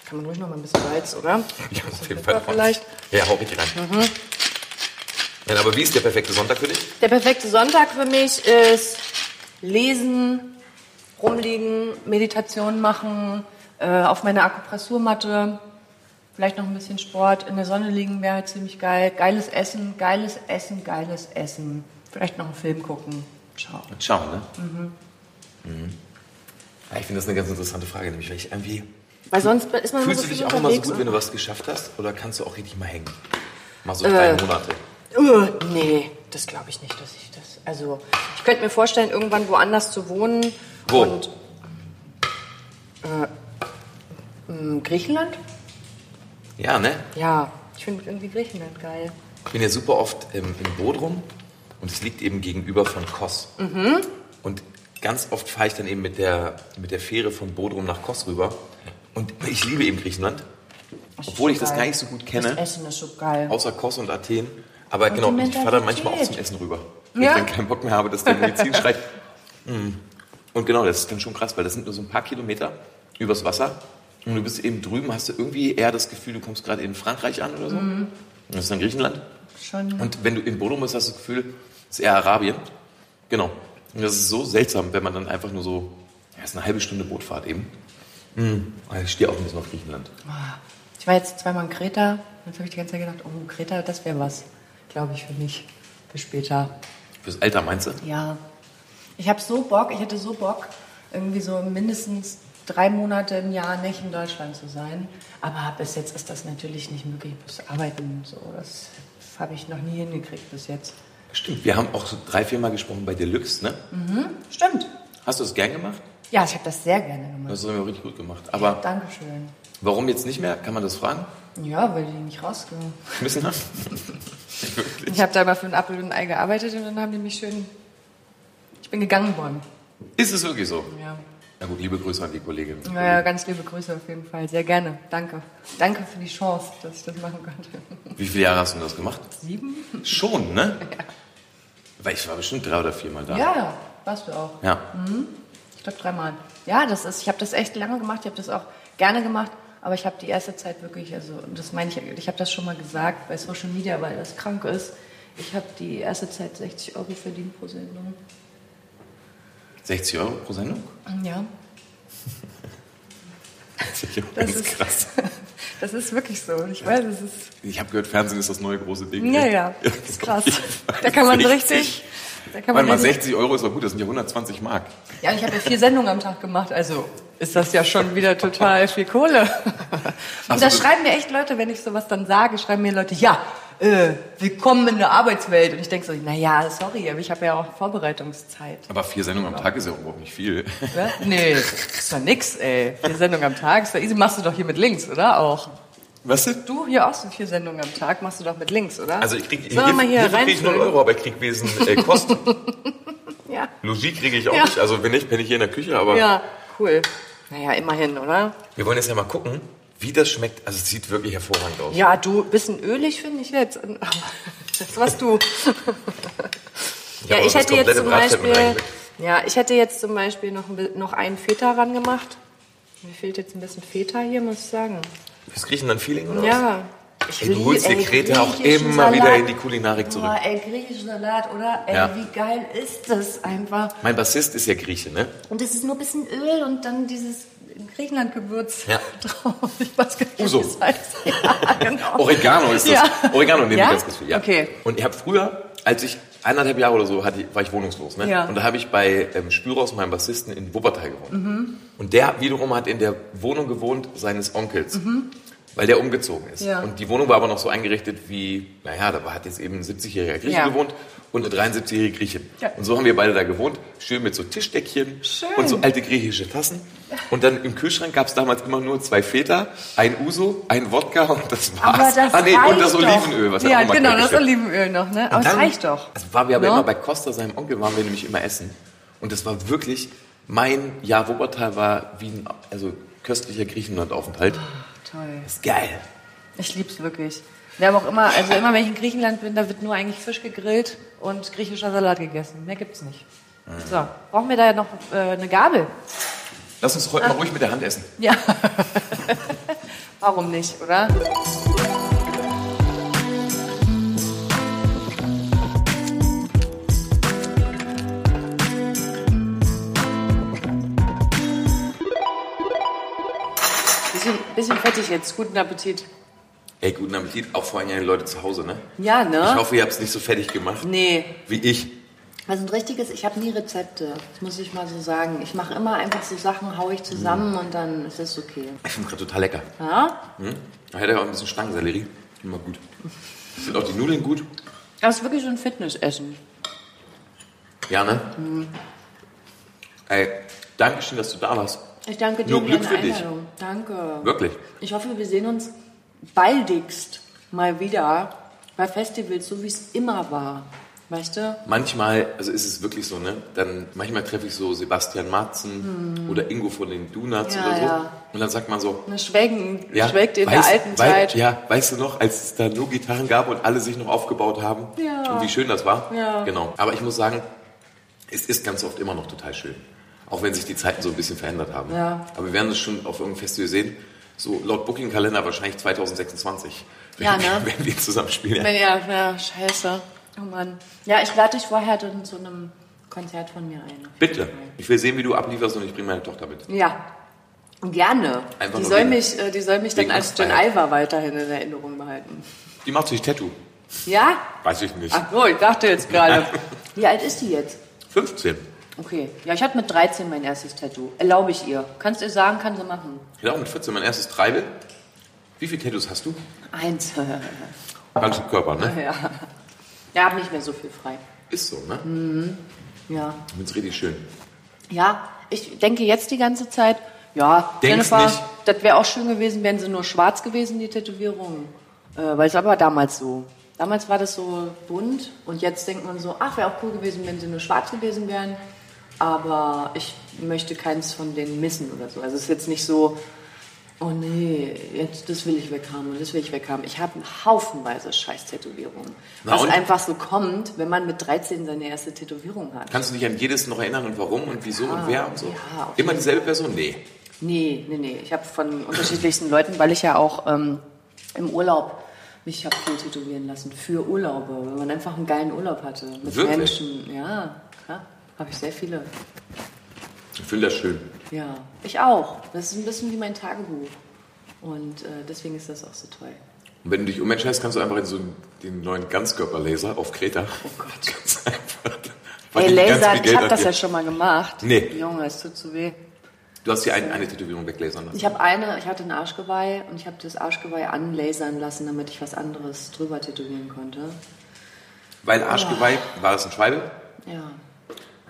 Speaker 3: Kann man ruhig noch mal ein bisschen Salz, oder?
Speaker 4: Ja, auf jeden
Speaker 3: Pfeffer
Speaker 4: Fall.
Speaker 3: vielleicht. Mhm.
Speaker 4: Ja, hau richtig rein. Nein, aber wie ist der perfekte Sonntag für dich?
Speaker 3: Der perfekte Sonntag für mich ist lesen, rumliegen, Meditation machen, äh, auf meiner Akupressurmatte, vielleicht noch ein bisschen Sport, in der Sonne liegen wäre halt ziemlich geil. Geiles Essen, geiles Essen, geiles Essen. Vielleicht noch einen Film gucken. Ciao.
Speaker 4: Ciao, ne? Mhm. Ja, ich finde das eine ganz interessante Frage, nämlich weil ich irgendwie.
Speaker 7: Weil sonst ist man immer
Speaker 4: Fühlst
Speaker 7: so
Speaker 4: du
Speaker 7: viel
Speaker 4: dich auch immer so
Speaker 7: unterwegs.
Speaker 4: gut, wenn du was geschafft hast? Oder kannst du auch richtig mal hängen? Mal so drei Monate.
Speaker 3: Äh, nee, das glaube ich nicht, dass ich das. Also, ich könnte mir vorstellen, irgendwann woanders zu wohnen.
Speaker 4: Wo?
Speaker 3: Und, äh, mh, Griechenland?
Speaker 4: Ja, ne?
Speaker 3: Ja, ich finde irgendwie Griechenland geil.
Speaker 4: Ich bin ja super oft ähm, in Bodrum und es liegt eben gegenüber von Kos.
Speaker 3: Mhm.
Speaker 4: Und ganz oft fahre ich dann eben mit der, mit der Fähre von Bodrum nach Kos rüber. Und ich liebe eben Griechenland, obwohl ich das
Speaker 3: geil.
Speaker 4: gar nicht so gut
Speaker 3: Das
Speaker 4: kenne,
Speaker 3: Essen ist so geil.
Speaker 4: außer Kos und Athen. Aber genau,
Speaker 3: die
Speaker 4: ich fahre dann manchmal auch
Speaker 3: Mentalität.
Speaker 4: zum Essen rüber.
Speaker 3: Ja.
Speaker 4: Wenn ich dann keinen Bock mehr habe, dass der Medizin schreit. Mm. Und genau, das ist dann schon krass, weil das sind nur so ein paar Kilometer übers Wasser. Und du bist eben drüben, hast du irgendwie eher das Gefühl, du kommst gerade in Frankreich an oder so. Und das ist dann Griechenland.
Speaker 3: Schon.
Speaker 4: Und wenn du in Bodrum bist, hast du das Gefühl, es ist eher Arabien. Genau. Und das ist so seltsam, wenn man dann einfach nur so, ja, es ist eine halbe Stunde Bootfahrt eben. Hm, Ich stehe auch ein bisschen auf Griechenland.
Speaker 3: Ah, Ich war jetzt zweimal in Kreta. Jetzt habe ich die ganze Zeit gedacht, oh, Kreta, das wäre was. Glaube ich für mich. Für später.
Speaker 4: Fürs Alter meinst du?
Speaker 3: Ja. Ich habe so Bock, ich hätte so Bock, irgendwie so mindestens drei Monate im Jahr nicht in Deutschland zu sein. Aber bis jetzt ist das natürlich nicht möglich. Bis arbeiten und so. Das habe ich noch nie hingekriegt bis jetzt.
Speaker 4: Stimmt, wir haben auch so drei, vier Mal gesprochen bei Deluxe, ne?
Speaker 3: Stimmt.
Speaker 4: Hast du das gern gemacht?
Speaker 3: Ja, ich habe das sehr gerne gemacht.
Speaker 4: Das haben wir richtig gut gemacht. Aber
Speaker 3: Dankeschön.
Speaker 4: warum jetzt nicht mehr? Kann man das fragen?
Speaker 3: Ja, weil die nicht rausgehen.
Speaker 4: Müssen wir?
Speaker 3: Ich habe da immer für einen Apfel und ein Ei gearbeitet und dann haben die mich schön. Ich bin gegangen worden.
Speaker 4: Ist es wirklich so?
Speaker 3: Ja.
Speaker 4: Na gut, liebe Grüße an die Kollegin.
Speaker 3: Naja, ganz liebe Grüße auf jeden Fall. Sehr gerne. Danke. Danke für die Chance, dass ich das machen konnte.
Speaker 4: Wie viele Jahre hast du das gemacht?
Speaker 3: Sieben?
Speaker 4: Schon, ne? Ja. Weil ich war bestimmt drei oder viermal da.
Speaker 3: Ja, ja. Warst du auch.
Speaker 4: Ja.
Speaker 3: Ich glaube dreimal. Ja, das ist, ich habe das echt lange gemacht, ich habe das auch gerne gemacht, aber ich habe die erste Zeit wirklich, also und das meine ich, ich habe das schon mal gesagt bei Social Media, weil das krank ist. Ich habe die erste Zeit 60 Euro verdient pro Sendung.
Speaker 4: 60 Euro pro Sendung?
Speaker 3: Ja,
Speaker 4: Das ist, ja
Speaker 3: das
Speaker 4: ganz
Speaker 3: ist
Speaker 4: krass.
Speaker 3: Das ist wirklich so. Ich weiß, es ist.
Speaker 4: Ich habe gehört, Fernsehen ist das neue große Ding.
Speaker 3: Ja, ja, das ist krass. Da kann man richtig. Da kann man
Speaker 4: Warte mal,
Speaker 3: richtig-
Speaker 4: 60 Euro ist doch gut, das sind ja 120 Mark.
Speaker 3: Ja, ich habe ja vier Sendungen am Tag gemacht, also ist das ja schon wieder total viel Kohle. Und da
Speaker 4: das-
Speaker 3: schreiben mir echt Leute, wenn ich sowas dann sage, schreiben mir Leute, ja, äh, willkommen in der Arbeitswelt. Und ich denke so, naja, sorry, aber ich habe ja auch Vorbereitungszeit.
Speaker 4: Aber vier Sendungen am Tag ist ja überhaupt nicht viel.
Speaker 3: Ne? Nee, ist doch nix, ey. Vier Sendungen am Tag, ist doch easy. Machst du doch hier mit links, oder? Auch.
Speaker 4: Was denn?
Speaker 3: Du hier auch so vier Sendungen am Tag, machst du doch mit links, oder?
Speaker 4: Also ich krieg,
Speaker 3: Sollen wir mal hier
Speaker 4: Hilfe krieg ich 0
Speaker 3: reinfüllen?
Speaker 4: Euro, aber ich krieg Wesen äh, Kost.
Speaker 3: Ja.
Speaker 4: Logik kriege ich auch
Speaker 3: Ja.
Speaker 4: nicht. Also wenn nicht, bin ich hier in der Küche, aber
Speaker 3: Ja, cool. Naja, immerhin, oder?
Speaker 4: wir wollen jetzt ja mal gucken, wie das schmeckt. Also es sieht wirklich hervorragend aus.
Speaker 3: Ja, du, bisschen ölig finde ich jetzt. Das warst du. ja,
Speaker 4: aber
Speaker 3: ich
Speaker 4: das
Speaker 3: hätte
Speaker 4: komplette
Speaker 3: jetzt zum
Speaker 4: Bratfett mit
Speaker 3: Beispiel,
Speaker 4: reingepackt.
Speaker 3: ja, ich hätte jetzt zum Beispiel noch, ein bi- noch einen Feta ran gemacht. Mir fehlt jetzt ein bisschen Feta hier, muss ich sagen.
Speaker 4: Fürs Griechenland-Feeling oder was?
Speaker 3: Ja. Ich
Speaker 4: Ey, du
Speaker 3: lieb-
Speaker 4: holst dir
Speaker 3: ey,
Speaker 4: Kreta auch
Speaker 3: griechischen
Speaker 4: immer wieder
Speaker 3: Salat.
Speaker 4: in die Kulinarik zurück.
Speaker 3: Boah, ey, griechischen Salat, oder? Ey,
Speaker 4: Ja.
Speaker 3: wie geil ist das einfach?
Speaker 4: Mein Bassist ist ja Grieche, ne?
Speaker 3: Und es ist nur ein bisschen Öl und dann dieses in Griechenland Gewürz
Speaker 2: Ja.
Speaker 3: drauf. Ich weiß gar nicht,
Speaker 2: Uso.
Speaker 3: wie das heißt. Ja, genau.
Speaker 4: Oregano ist das.
Speaker 3: Ja.
Speaker 4: Oregano nehme
Speaker 3: Ja?
Speaker 4: ich ganz, ganz viel. Ja.
Speaker 3: Okay.
Speaker 4: Und ich habe früher, als ich eineinhalb Jahre oder so hatte, war ich wohnungslos. Ne?
Speaker 3: Ja.
Speaker 4: Und da habe ich bei ähm, Spüraus, meinem Bassisten, in Wuppertal gewohnt.
Speaker 3: Mhm.
Speaker 4: Und der wiederum hat in der Wohnung gewohnt seines Onkels. Weil der umgezogen ist.
Speaker 3: Mhm. Ja.
Speaker 4: Und die Wohnung war aber noch so eingerichtet wie, naja, da war- hat jetzt eben ein 70-jähriger Grieche
Speaker 3: Ja.
Speaker 4: gewohnt und eine 73-jährige Griechin.
Speaker 3: Ja.
Speaker 4: Und so haben wir beide da gewohnt, schön mit so Tischdeckchen
Speaker 3: Schön.
Speaker 4: und so alte griechische Tassen. Und dann im Kühlschrank gab es damals immer nur zwei Feta, ein Uso, ein Wodka und das war's.
Speaker 3: Aber das
Speaker 4: ah, nee, und
Speaker 3: reicht
Speaker 4: das Olivenöl.
Speaker 3: Doch.
Speaker 4: Was
Speaker 3: ja,
Speaker 4: hat auch mal
Speaker 3: genau,
Speaker 4: Köln
Speaker 3: das
Speaker 4: gestellt.
Speaker 3: Olivenöl noch, ne? Aber es
Speaker 4: Dann-
Speaker 3: reicht doch.
Speaker 4: Das waren wir aber
Speaker 3: Ne?
Speaker 4: immer bei Costa, seinem Onkel, waren wir nämlich immer essen. Und das war wirklich, mein Jahr Wuppertal war wie ein also köstlicher Griechenlandaufenthalt.
Speaker 3: Toll.
Speaker 4: Das ist geil.
Speaker 3: Ich lieb's wirklich. Wir haben auch immer, also immer wenn ich in Griechenland bin, da wird nur eigentlich Fisch gegrillt und griechischer Salat gegessen. Mehr gibt's nicht.
Speaker 4: Mhm.
Speaker 3: So, brauchen wir da ja noch äh, eine Gabel?
Speaker 4: Lass uns heute mal ruhig mit der Hand essen.
Speaker 3: Ja. Warum nicht, oder?
Speaker 7: Bisschen, bisschen fettig jetzt. Guten Appetit.
Speaker 4: Ey, guten Appetit, auch vor allem an die Leute zu Hause, ne?
Speaker 7: Ja,
Speaker 4: Ich
Speaker 7: ne?
Speaker 4: hoffe, ihr habt es nicht so fertig gemacht
Speaker 7: Nee.
Speaker 4: wie ich.
Speaker 3: Also ein richtiges, ich habe nie Rezepte, das muss ich mal so sagen. Ich mache immer einfach so Sachen, haue ich zusammen und dann ist es okay.
Speaker 4: Ich finde gerade total lecker.
Speaker 3: Ja?
Speaker 4: Da hätte er auch ein bisschen Stangensellerie. Immer gut. Ich finde auch die Nudeln gut.
Speaker 7: Das ist wirklich so ein Fitnessessen.
Speaker 4: Ja, ne?
Speaker 3: Mhm.
Speaker 4: Ey, danke schön, dass du da warst.
Speaker 3: Ich danke dir
Speaker 4: Nur Glück
Speaker 3: deine
Speaker 4: für dich.
Speaker 3: Einladung. Danke.
Speaker 4: Wirklich.
Speaker 3: Ich hoffe, wir sehen uns baldigst mal wieder bei Festivals, so wie es immer war. Weißt du?
Speaker 4: Manchmal, also ist es wirklich so, ne? Dann manchmal treffe ich so Sebastian Matzen oder Ingo von den Donuts
Speaker 3: Hm. Ja,
Speaker 4: oder so.
Speaker 3: ja.
Speaker 4: Und dann sagt man so,
Speaker 3: Na, schwelgen,
Speaker 4: ja,
Speaker 7: Schmeckt in
Speaker 4: weißt-
Speaker 7: der alten
Speaker 4: wei-
Speaker 7: Zeit.
Speaker 4: Ja, weißt du noch, als es da nur Gitarren gab und alle sich noch aufgebaut haben
Speaker 3: Ja.
Speaker 4: und wie schön das war.
Speaker 3: Ja.
Speaker 4: Genau. Aber ich muss sagen, es ist ganz oft immer noch total schön. Auch wenn sich die Zeiten so ein bisschen verändert haben.
Speaker 3: Ja.
Speaker 4: Aber wir werden es schon auf irgendeinem Festival sehen. So laut Booking-Kalender wahrscheinlich 2026. Wenn,
Speaker 3: Ja, ne?
Speaker 4: wenn wir zusammen spielen.
Speaker 3: Ja, ja, scheiße. Oh Mann. Ja, ich lade dich vorher dann zu einem Konzert von mir ein.
Speaker 4: Bitte. Ich will sehen, wie du ablieferst und ich bringe meine Tochter mit.
Speaker 7: Ja. Gerne.
Speaker 4: Einfach
Speaker 7: die,
Speaker 4: nur
Speaker 7: soll
Speaker 4: wegen-
Speaker 7: mich, äh, die soll mich dann
Speaker 4: wegen
Speaker 7: als John
Speaker 4: Freiheit.
Speaker 7: Iver weiterhin in Erinnerung behalten.
Speaker 4: Die macht sich Tattoo.
Speaker 7: Ja?
Speaker 4: Weiß ich
Speaker 3: Ah.
Speaker 4: nicht.
Speaker 7: Ach so, ich dachte jetzt gerade.
Speaker 3: Wie alt ist die jetzt?
Speaker 4: 15.
Speaker 3: Okay. Ja, ich hatte mit 13 mein erstes Tattoo. Erlaube ich ihr. Kannst ihr sagen, kann sie machen.
Speaker 4: Ich hatte auch mit 14 mein erstes Treibe. Wie viele Tattoos hast du?
Speaker 3: Eins.
Speaker 4: Ganz im Körper, ne?
Speaker 3: ja, hab nicht mehr so viel frei.
Speaker 4: Ist so, ne?
Speaker 3: Ja.
Speaker 4: Ich find's richtig schön.
Speaker 3: Ja, ich denke jetzt die ganze Zeit, ja,
Speaker 4: Denk's
Speaker 3: Jennifer,
Speaker 4: nicht.
Speaker 3: das wäre auch schön gewesen, wären sie nur schwarz gewesen, die Tätowierungen. Äh, weil es aber damals so. Damals war das so bunt und jetzt denkt man so, ach, wäre auch cool gewesen, wenn sie nur schwarz gewesen wären. Aber ich möchte keins von denen missen oder so. Also es ist jetzt nicht so, oh nee, jetzt das will ich weghaben und das will ich weghaben. Ich habe haufenweise Scheiß-Tätowierungen.
Speaker 4: Na
Speaker 3: Was
Speaker 4: und?
Speaker 3: einfach so kommt, wenn man mit 13 seine erste Tätowierung hat.
Speaker 4: Kannst du dich an jedes noch erinnern und warum und wieso und wer und so?
Speaker 3: Ah, ja, auf
Speaker 4: Immer dieselbe Person? Nee.
Speaker 3: Nee, nee, nee. Ich habe von unterschiedlichsten Leuten, weil ich ja auch ähm, im Urlaub mich hab viel tätowieren lassen. Für Urlaube, wenn man einfach einen geilen Urlaub hatte. Mit
Speaker 4: Wirklich?
Speaker 3: Menschen. Ja, klar. Habe ich sehr viele.
Speaker 4: Ich finde das schön.
Speaker 3: Ja, ich auch. Das ist ein bisschen wie mein Tagebuch. Und äh, deswegen ist das auch so toll.
Speaker 4: Und wenn du dich umentscheidest, kannst du einfach in so einen- den neuen Ganzkörperlaser auf Kreta. Oh Gott. Ganz einfach.
Speaker 3: Ey,
Speaker 4: Weil die ganz
Speaker 3: Laser,
Speaker 4: viel
Speaker 3: ich
Speaker 4: Geld
Speaker 3: habe
Speaker 4: hat
Speaker 3: das
Speaker 4: hier.
Speaker 3: ja schon mal gemacht.
Speaker 4: Nee.
Speaker 3: Junge, es tut so weh.
Speaker 4: Du hast dir ein, eine Tätowierung weglasern lassen.
Speaker 3: Ich habe eine, ich hatte ein Arschgeweih und ich habe das Arschgeweih anlasern lassen, damit ich was anderes drüber tätowieren konnte.
Speaker 4: Weil Arschgeweih, war das ein Schweibe?
Speaker 3: Ja.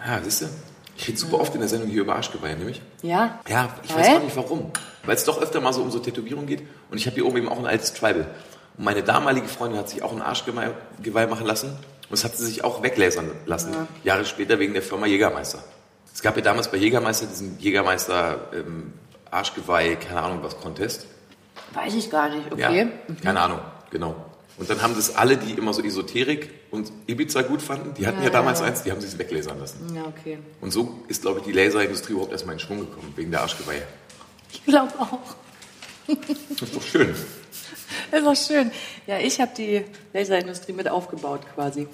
Speaker 4: Ah, siehst du? Ich rede super oft in der Sendung hier über Arschgeweih, nämlich.
Speaker 3: Ja?
Speaker 4: Ja, ich
Speaker 3: Weil?
Speaker 4: weiß auch nicht warum. Weil es doch öfter mal so um so Tätowierungen geht. Und ich habe hier oben eben auch ein altes Tribal. Und meine damalige Freundin hat sich auch ein Arschgeweih Geweih machen lassen. Und das hat sie sich auch weglasern lassen. Jahre später wegen der Firma Jägermeister. Es gab ja damals bei Jägermeister diesen Jägermeister ähm, Arschgeweih, keine Ahnung was, Contest.
Speaker 3: Weiß ich gar nicht.
Speaker 4: Ja,
Speaker 3: Okay.
Speaker 4: keine Ahnung, genau. Und dann haben das alle, die immer so Esoterik und Ibiza gut fanden, die hatten ja, damals eins, die haben sich weglasern lassen.
Speaker 3: Ja, okay.
Speaker 4: Und so ist, glaube ich, die Laserindustrie überhaupt erstmal in Schwung gekommen, wegen der Arschgeweihe.
Speaker 3: Ich glaube auch.
Speaker 4: Das ist doch schön.
Speaker 3: Das war schön. Ja, ich habe die Laserindustrie mit aufgebaut quasi.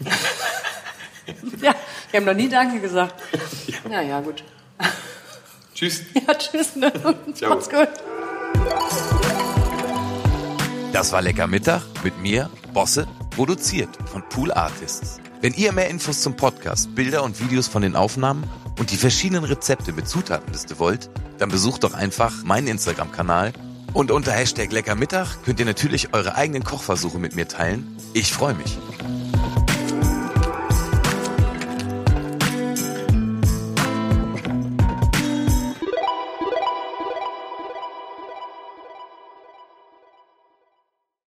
Speaker 3: ja, wir haben noch nie Danke gesagt. Naja, gut.
Speaker 8: Tschüss.
Speaker 3: Ja, tschüss. Ne?
Speaker 8: Ciao.
Speaker 3: Macht's gut.
Speaker 4: Das war Lecker Mittag mit mir, Bosse, produziert von Pool Artists. Wenn ihr mehr Infos zum Podcast, Bilder und Videos von den Aufnahmen und die verschiedenen Rezepte mit Zutatenliste wollt, dann besucht doch einfach meinen Instagram-Kanal und unter Hashtag Lecker Mittag könnt ihr natürlich eure eigenen Kochversuche mit mir teilen. Ich freue mich.